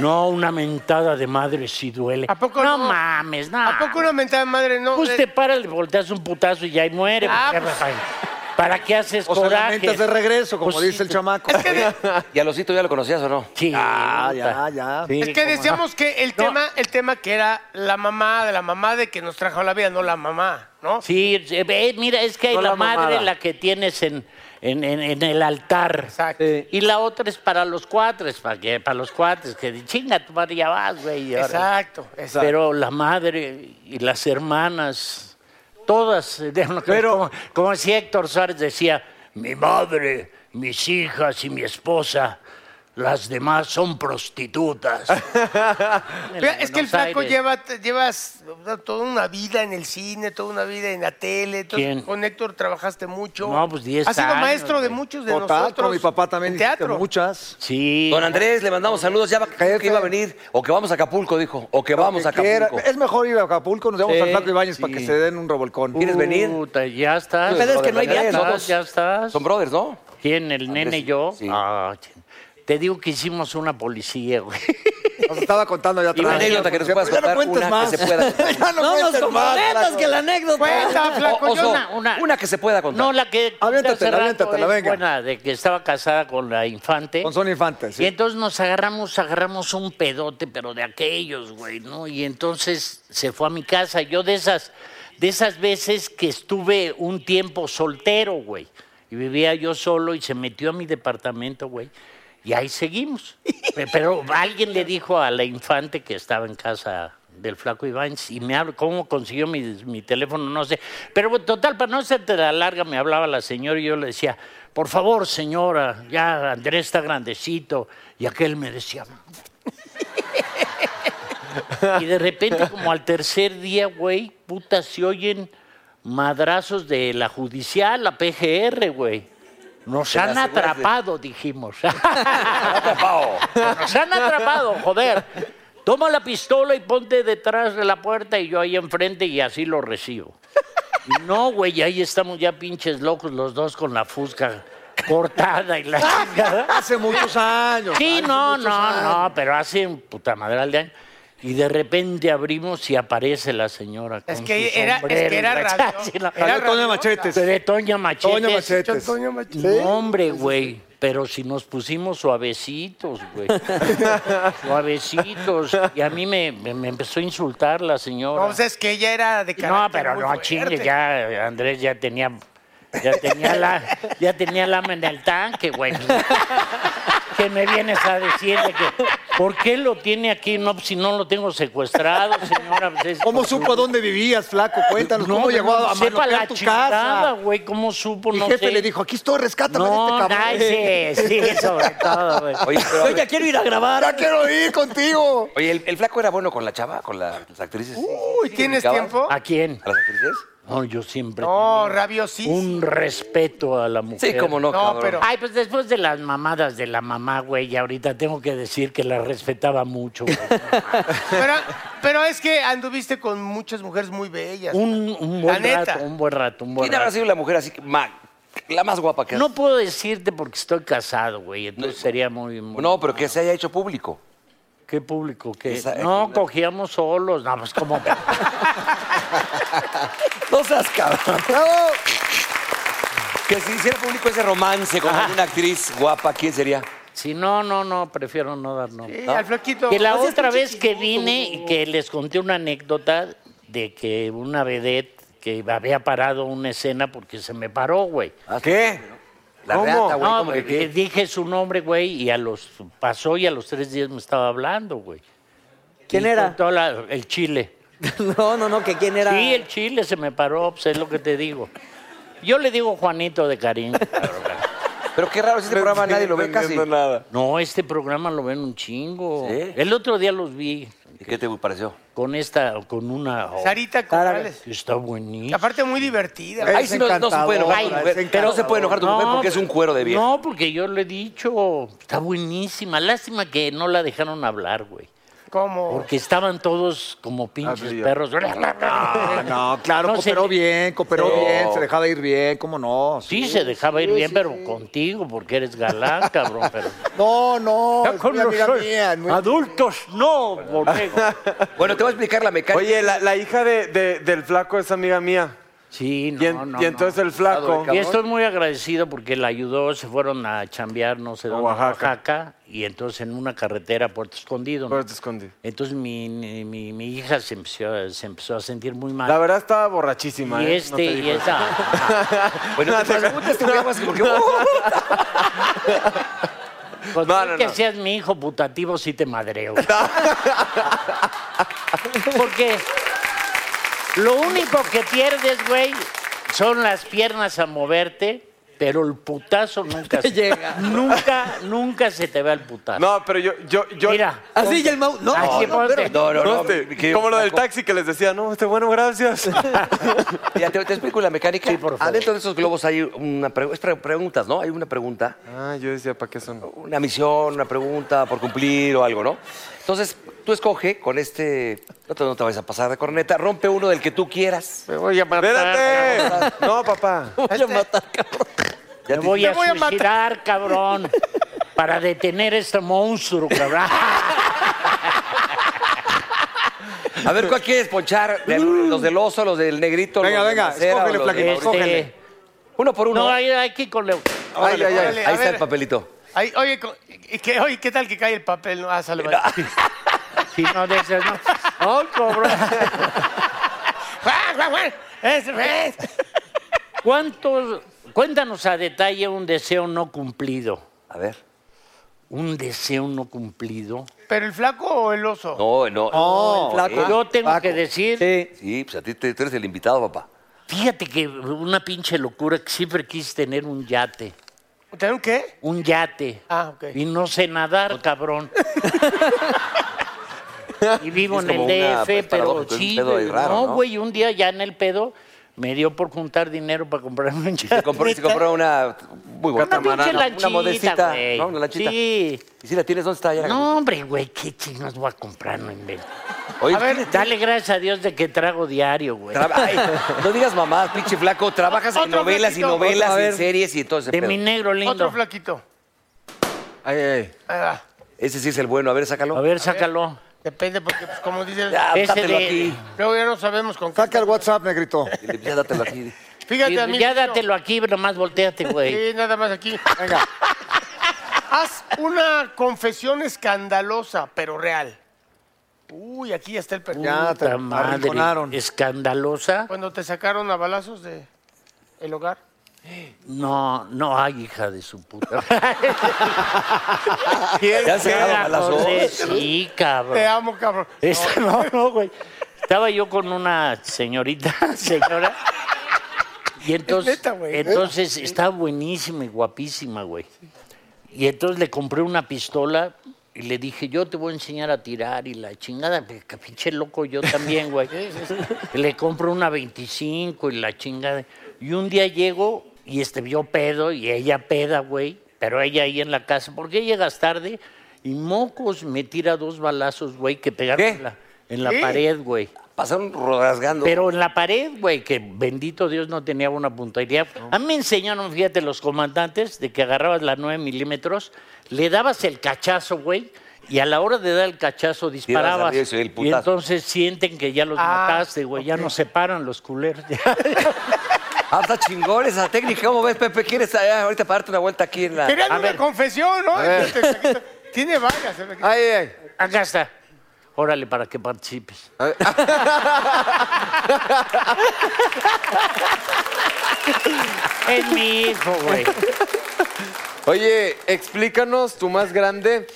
No, una mentada de madre sí duele.
¿A poco
no,
no?
mames, no.
que- ¿A poco una mentada madre no?
Pues
eh,
te para, le volteas un putazo y ya ahí muere.
Ah,
pues, ¿qué
pues.
pa- ¿Para qué haces
O sea,
coraje?
lamentas de regreso, como
Pues sí,
dice el chamaco.
¿Y a Losito ya lo conocías o no?
Sí.
Ah, ya, ya.
Sí,
Es que
cómo no.
decíamos que el
No.
tema, el tema que era la mamá de la mamá de que nos trajo a la vida, no la mamá, ¿no?
Sí, eh, eh, mira, es que hay
No
la,
la
madre
mamada.
la que tienes en, en- en- en el altar.
Exacto.
Y la otra es para los cuatres, para, que, para los cuatres, que di- chinga tu madre ya vas, güey. y ahora-
Exacto, exacto.
Pero la madre y las hermanas, todas, eh, de- como, como si Héctor Suárez decía, mi madre, mis hijas y mi esposa, las demás son prostitutas.
Mira, es que el
Buenos
flaco
Aires.
lleva, llevas toda una vida en el cine, toda una vida en la tele. Entonces,
¿Quién?
Con Héctor trabajaste mucho.
No, pues, 10
Has sido
años,
maestro de
güey.
muchos de
Total,
nosotros.
con mi papá también
en
hiciste
teatro.
muchas.
Sí.
Don Andrés, le mandamos saludos. Ya va, que iba a venir. O que vamos a Acapulco, dijo. O que vamos a
Que quiera.
Acapulco.
Es mejor ir a Acapulco, nos vamos
Sí,
al Flaco Ibáñez
sí.
para que se den un revolcón.
¿Quieres venir?
Puta, ya estás.
El
pedo es que no hay
Andrés,
viajes,
¿no?
Ya estás.
Son brothers, ¿no?
¿Quién? ¿El nene y yo?
sí.
Ah, chin. te digo que hicimos una policía, güey.
Nos estaba contando ya
Y una
atrás.
anécdota que nos puedas
Ya
contar.
no cuentes
una
más.
que se pueda contar.
Ya no,
No nos
cuentes más.
comprometas que la anécdota.
Cuenta, flaco.
O-
yo
oso,
na-
una-
una que se pueda contar.
No, la que. conté
Aviéntatela,
hace rato
aviéntatela,
es
venga.
buena, de que estaba casada con la infante.
Con Son Infante,
Y
sí.
entonces nos agarramos, agarramos un pedote, pero de aquellos, güey, ¿no? Y entonces se fue a mi casa. Yo de esas, de esas veces que estuve un tiempo soltero, güey. Y vivía yo solo y se metió a mi departamento, güey. Y ahí seguimos. Pe- Pero alguien le dijo a la infante que estaba en casa del flaco Ibáñez y me habló, ¿cómo consiguió mi, mi teléfono? No sé. Pero bueno, total, para no ser de la larga, me hablaba la señora y yo le decía, por favor, señora, ya Andrés está grandecito. Y aquel me decía... y de repente, como al tercer día, güey, puta, se oyen madrazos de la judicial, la PGR, güey. Nos han
aseguras de-
atrapado, dijimos.
Atrapado.
Nos han atrapado, joder. Toma la pistola y ponte detrás de la puerta y yo ahí enfrente y así lo recibo. No, güey, ahí estamos ya pinches locos los dos con la fusca cortada y la chingada.
Hace muchos años.
Sí,
hace
no,
muchos
no,
años.
no, pero hace un puta madral de año. ¿eh? Y de repente abrimos y aparece la señora.
Es
con
que
su
era, es
sombrero
que era
y la
radio.
chachi, la-
Salió
Era
Toño
radio.
Machetes.
De Toña Machetes.
Toño Machetes.
Toño
No, hombre, güey. Pero si nos pusimos suavecitos, güey. suavecitos. Y a mí me, me- me empezó a insultar la señora.
No, o sea, es que ella era de carácter
No, pero
muy
no,
fuerte.
chingue, ya eh, Andrés ya tenía ya tenía la ya tenía lama en el tanque, güey. ¿Qué me vienes a decir de que por qué lo tiene aquí? No, pues, si no lo tengo secuestrado, señora. pues, es-
¿Cómo supo dónde vivías, flaco? Cuéntanos,
No,
¿cómo
pues,
llegó
no,
a
sepa la
manotear tu
chingada,
casa?
güey, cómo supo,
Mi
no
jefe
sé.
le dijo, aquí estoy, rescátame de
No,
este cabrón.
nice, sí, sobre todo, güey.
Oye, pero a
Yo
ver,
ya quiero ir a grabar.
Ya quiero ir contigo.
oye, ¿el, el flaco era bueno con la chava, con la- las actrices?
Uy,
¿Sí
¿tienes
ubicabas
tiempo?
¿A quién?
¿A las actrices?
No, yo siempre.
No, rabiosísimo.
Un respeto a la mujer.
Sí, cómo no,
No,
cabrón.
pero-
Ay, pues después de las mamadas de la mamá, güey, ahorita tengo que decir que la respetaba mucho. güey.
Pero, pero es que anduviste con muchas mujeres muy bellas.
Un, un
La
buen
neta.
rato, un buen rato, un buen
¿Quién habrá
rato.
sido la mujer así, que ma- la más guapa que has-
No puedo decirte porque estoy casado, güey, entonces sería muy... muy-
No, pero que se haya hecho público.
¿Qué público? ¿Qué?
Esa- eh,
no, cogíamos solos, pues, nada más como...
No seas cabrón.
¡Bravo!
Que si hiciera público ese romance con alguna actriz guapa, ¿quién sería?
Si no, no, no, prefiero no dar nombre.
Sí, al flaquito.
Que
Pues
la
No seas
otra
pinche
vez que
chismoso.
vine y que les conté una anécdota de que una vedette que había parado una escena porque se me paró, güey.
¿Qué? ¿Ah, La
¿Cómo?
reata, güey.
No,
¿cómo que
eh,
qué?
dije su nombre, güey, y a los pasó y a los tres días me estaba hablando, güey.
¿Quién
Y
era?
con toda la- el chile.
No, no, no, que quién era.
Sí, el chile se me paró, pues es lo que te digo. Yo le digo Juanito de cariño.
Pero qué raro, si este programa nadie lo ve
No
casi.
entiendo nada.
No, este programa lo ven un chingo.
Sí.
El otro día los vi
¿Y qué te pareció?
con esta, con una...
Sarita Corrales.
Está buenísimo.
Aparte, muy divertida.
Es
Ahí sí no, no se puede enojar tu
encantadora,
mujer.
es
Pero no se puede enojar tu mujer porque es un cuero de vieja.
No, porque yo le he dicho, está buenísima. Lástima que no la dejaron hablar, güey.
¿Cómo?
Porque estaban todos como pinches
Abrillo.
perros.
Ah, No, claro,
No sé.
cooperó bien, cooperó
No.
bien, se dejaba ir bien, ¿cómo no?
Sí, se dejaba ir bien, pero contigo, porque eres galán, cabrón. Pero...
No, no, es
Con
muy amiga
los-
mía. es muy-
Adultos, no, borrego.
Bueno, te voy a explicar la mecánica.
Oye, la, la hija de- de- del flaco es amiga mía.
Sí,
y,
no,
en-
no,
y
no.
entonces el flaco.
Y estoy muy agradecido porque la ayudó, se fueron a chambear, no sé dónde, a
Oaxaca. Pues
Oaxaca, y entonces en una carretera, Puerto Escondido. ¿no?
Pero te escondí.
Entonces mi, mi- mi- mi hija se empezó, se empezó a sentir muy mal.
La verdad estaba borrachísima.
y
¿eh? No
este,
te
y
digo eso.
esa.
Bueno, te preguntas, te preguntas, porque... No,
Pues
No,
tú
no,
que
no.
seas mi hijo putativo, sí te madreo. Porque lo único que pierdes, güey, son las piernas a moverte, pero el putazo nunca se
llega.
Nunca, nunca se te va el putazo.
No, pero yo, yo, yo.
Mira.
Así y el Mau. No,
Así
no,
ponte.
pero-
no, no.
Conste,
mi querido
este, como lo del
flaco.
taxi que les decía, no, este bueno, gracias.
Mira, te, te explico la mecánica.
Sí, por favor.
Adentro de esos globos hay una pregunta. Es pre- preguntas, ¿no? Hay una pregunta.
ah, yo decía, ¿para qué son?
una misión, una pregunta por cumplir o algo, ¿no? Entonces, tú escoge con este. No te, no te vayas a pasar de corneta, rompe uno del que tú quieras.
Me voy a matar.
¡Espérate! No, papá.
Ya
Me
te-
voy a
Me voy a matar.
suicidar, cabrón. Para detener este monstruo, cabrón.
A ver, ¿cuál quieres ponchar? De- los del oso, los del negrito.
Venga,
los de
venga,
Macera,
escógele,
los de-
flaquito,
Este-
escógele.
Uno por uno.
No,
ahí
hay, hay que ir con Leo.
Ay, ay, ay.
Órale, a
está
ver.
el papelito.
Ay, oye, co- ¿qué, oye, ¿qué tal que cae el papel? No, ah, sale, vale.
Si no, de esas no. Ay, cabrón.
Juan, Juan, Juan, ese fue.
¿Cuántos, Pues, cuéntanos a detalle un deseo no cumplido.
A ver.
Un deseo no cumplido.
¿Pero el flaco o el oso?
No, no.
No,
Flaco.
Yo tengo
Paco.
que decir,
Sí.
Sí, pues a ti te- tú eres el invitado, papá.
fíjate que una pinche locura que siempre quise tener un yate.
¿Tener un qué?
Un yate.
Ah, ok.
Y no sé nadar, cabrón. y vivo
Es
en el
como una,
DF,
pues,
pero
paradójico, es un
sí.
pedo ahí
güey,
raro,
no,
¿no?
güey, un día ya en el pedo me dio por juntar dinero para comprarme un yate.
Se compró, se compró una muy bonita
una pinche
banana,
lanchita,
una modecita,
güey.
¿no? Una lanchita.
Sí.
¿Y si la tienes dónde está allá?
No, hombre, güey, qué chingados voy a comprar, no invento.
Oye,
A ver,
¿tienes-
Dale gracias a Dios de que trago diario, güey.
Traba- Ay, no digas mamás, pinche flaco. Trabajas en
Otro
novelas y
flaquito.
novelas
A
y
ver.
en series y entonces.
De mi negro lindo.
Otro flaquito.
Ay, ay.
Ahí va.
Ese sí es el bueno. A ver, sácalo.
A ver, sácalo.
Depende, porque, pues, como dices,
Ya,
Ese
dátelo
de-
aquí.
luego ya no sabemos con qué.
Saca el WhatsApp, negrito.
Ya dátelo aquí.
Fíjate,
Y
amigo.
ya dátelo aquí, nomás volteate, güey.
Sí, nada más aquí.
Venga.
Haz una confesión escandalosa, pero real. Uy, aquí ya está el perfil.
Ya te
Puta madre.
arrinconaron.
Escandalosa.
Cuando te sacaron a balazos de el hogar.
No, no hay hija de su puta.
¿Quién
Ya se
era?
agarra balazos.
Joder, Sí, cabrón.
Te amo, cabrón.
Esta- no, no, güey. Estaba yo con una señorita, señora. Y entonces,
neta, güey. ¿eh?
entonces estaba buenísima y guapísima, güey. Y entonces le compré una pistola y le dije, yo te voy a enseñar a tirar y la chingada, pues, que pinche loco yo también, güey. le compro una 25 y la chingada. Y un día llego y este vio pedo y ella peda, güey, pero ella ahí en la casa, ¿por qué llegas tarde? Y mocos me tira dos balazos, güey, que pegaron
¿Qué?
en la, en la pared, güey.
Pasaron rasgando.
Pero en la pared, güey, que bendito Dios no tenía una puntería. A mí me enseñaron, fíjate, los comandantes, de que agarrabas la 9 milímetros, le dabas el cachazo, güey, y a la hora de dar el cachazo disparabas.
arriba y se oía el
y
putazo.
entonces sienten que ya los
Ah,
mataste, güey, ya no se paran los culeros.
Ah, está chingón esa técnica. ¿Cómo ves, Pepe? ¿Quieres
eh,
ah, ahorita para darte una vuelta aquí en la.
Querían
A
una
ver.
confesión, ¿no? Este,
ver.
Tiene varias. ¿eh? el Paquito.
Ay, ay.
Acá está. Órale, para que participes. es mi hijo, güey.
Oye, explícanos tu más grande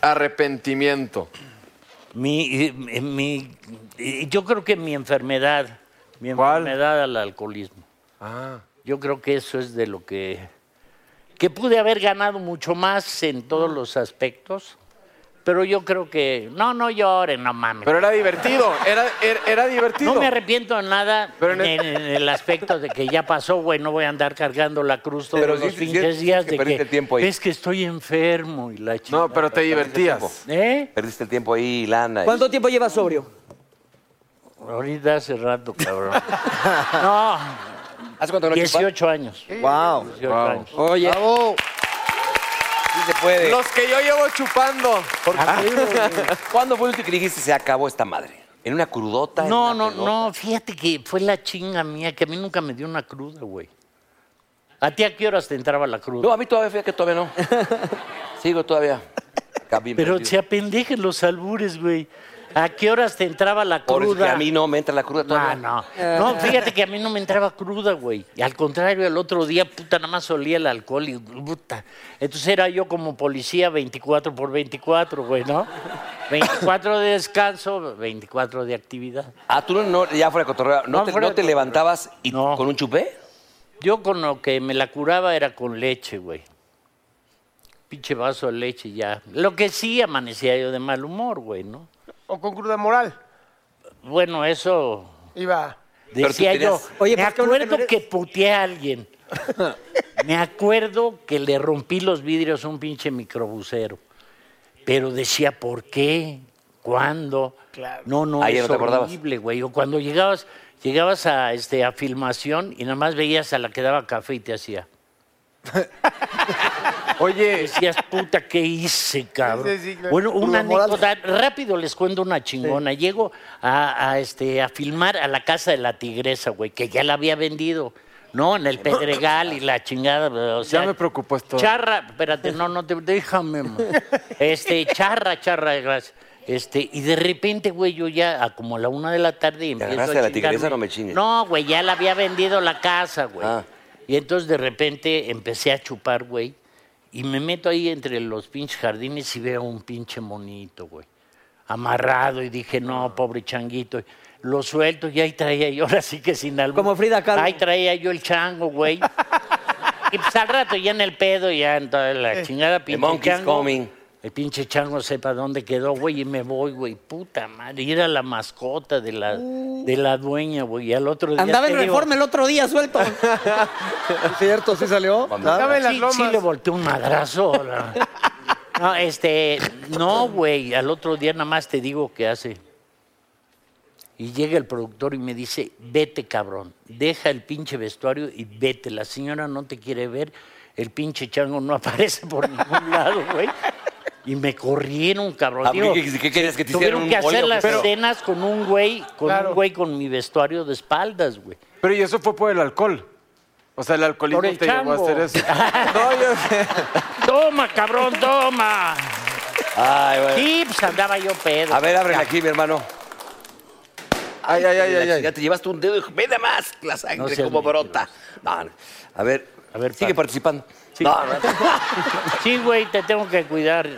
arrepentimiento.
Mi, eh, mi- eh, yo creo que mi enfermedad, mi
¿Cuál?
enfermedad al alcoholismo.
Ah.
Yo creo que eso es de lo que, que pude haber ganado mucho más en todos
Ah.
los aspectos, pero yo creo que, no, no lloren, no mames.
Pero era divertido, era, era, era divertido.
no me arrepiento de nada
Pero en
en,
el-
en el aspecto de que ya pasó, güey, no voy a andar cargando la cruz todos
Pero sí-
los
sí-
pinches
sí-
días
que
de
perdiste
que
el tiempo ahí.
es que estoy enfermo y la chingada.
No, pero te divertías.
¿Eh?
Perdiste el tiempo ahí, lana.
¿Cuánto tiempo llevas sobrio?
Ahorita hace rato, cabrón. no,
¿Hace cuánto no chupas?
18 años.
Wow.
18 años.
Oye.
Bravo.
Sí se puede.
Los que yo llevo chupando.
¿Cuándo fue el último que dijiste se acabó esta madre? ¿En una crudota? en
No,
una
no,
pedota?
no, fíjate que fue la chinga mía, que a mí nunca me dio una cruda, güey. ¿A ti a qué horas te entraba la cruda?
No, a mí todavía, fíjate que todavía no. Sigo todavía. Acá bien
Pero
perdido.
se apendejen los albures, güey. ¿A qué horas te entraba la
Por eso que
cruda?
a mí no me entra la cruda
No,
todavía.
no. No, fíjate que a mí no me entraba cruda, güey. Y al contrario, el otro día, puta, nada más olía el alcohol y puta. Entonces era yo como policía 24 por 24, güey, ¿no? 24 de descanso, 24 de actividad.
Ah, tú no, no- ya fuera de cotorreo. ¿No,
No,
te,
fuera
no
de
te
cotorreo.
levantabas y
No.
con un chupé?
Yo con lo que me la curaba era con leche, güey. Pinche vaso de leche y ya. Lo que sí amanecía yo de mal humor, güey, ¿no?
O con cruda moral.
Bueno, eso
Iba.
Pero tú
decía yo.
tenías-
Oye,
me
pues, qué bueno que
acuerdo
no
que,
eres-
puteé a alguien. me acuerdo que le rompí los vidrios a un pinche microbusero. Pero decía, ¿por qué? ¿Cuándo? No, no,
Ahí ya
es
no te acordabas.
horrible, güey. O cuando llegabas, llegabas a, este, a filmación y nada más veías a la que daba café y te hacía.
Oye,
decías, puta, ¿qué hice, cabrón?
Sí, sí, claro.
Bueno, una
Cruda moral.
anécdota, rápido les cuento una chingona. Llego a, a, este, a filmar a la casa de la tigresa, güey, que ya la había vendido, ¿no? En el Pedregal y la chingada, o sea...
ya me preocupó esto.
Charra, espérate, no, no te déjame. man. Este, charra, charra, gracias. Este, y de repente, güey, yo ya a como la una de la tarde empiezo
agarraste a la
chingarme.
tigresa? No me chingues.
No, güey, ya la había vendido la casa, güey.
Ah.
Y entonces de repente empecé a chupar, güey, y me meto ahí entre los pinches jardines y veo un pinche monito, güey. Amarrado y dije, no, pobre changuito. Lo suelto y ahí traía yo, ahora sí que sin algo.
Como Frida Kahlo.
Ahí traía yo el chango, güey. Y pues al rato ya en el pedo, ya en toda
Eh,
la chingada pinche
monkey's
chango.
coming.
El pinche chango sepa dónde quedó, güey, y me voy, güey. Puta madre. Y era la mascota de la, de la dueña, güey. Y al otro día.
Andaba
te
en
digo,
reforma el otro día, suelto.
¿Es cierto? ¿Sí salió?
Estaba
Claro.
en las
sí,
lomas.
sí le volteó un madrazo. la- No, este, no, güey. Al otro día nada más te digo qué hace. Y llega el productor y me dice, vete, cabrón, deja el pinche vestuario y vete. La señora no te quiere ver, el pinche chango no aparece por ningún lado, güey. Y me corrieron, cabrón.
Ah,
Digo,
¿Qué, qué querías que te hicieran
Tuvieron
un
que hacer
bollo?
las
Pero-
cenas con un güey, con
Claro.
un güey con mi vestuario de espaldas, güey.
Pero y eso fue por el alcohol. O sea, el alcoholismo
Por el
te llevó a
chango.
hacer eso. No, yo sé.
Toma, cabrón, toma.
Ay, bueno.
Tips, andaba yo pedo.
A ver, ábrele aquí, mi hermano.
Ay, ay, ay,
la
ay, ay.
chingada, Te llevaste un dedo y dijo, ve nada más la
No
sangre
seas
como
mentiroso.
brota. No, no. A ver,
A ver,
sigue
pa-
participando.
Sí.
No, no.
Sí, güey, te tengo que cuidar.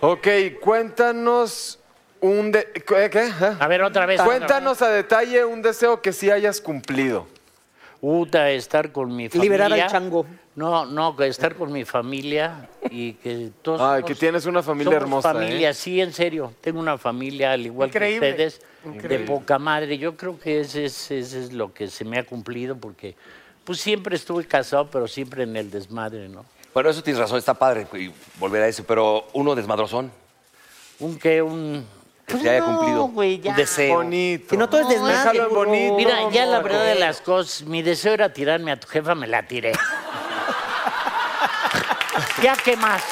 Ok, cuéntanos un... de- ¿Qué? qué? ¿Eh?
A ver, otra vez.
Cuéntanos a detalle un deseo que sí hayas cumplido.
Uta, estar con mi familia.
Liberar al chango.
No, no, que estar con mi familia y que todos.
Ay,
somos-
que tienes una familia
somos
hermosa, ¿eh?
familia, sí, en serio. Tengo una familia, al igual
Increíble,
que ustedes,
increíble.
de poca madre. Yo creo que ese es, ese es lo que se me ha cumplido porque, pues siempre estuve casado, pero siempre en el desmadre, ¿no?
Bueno, eso tienes razón, está padre y volver a eso, pero uno desmadrozón
Un que, un. Pues
que se haya
no,
cumplido.
güey, ya.
Un deseo.
Bonito.
Si no todo es desmadre,
Déjalo en
burro.
bonito.
Mira, ya la
amor.
verdad de las cosas, mi deseo era tirarme a tu jefa, me la tiré. ya, ¿qué más?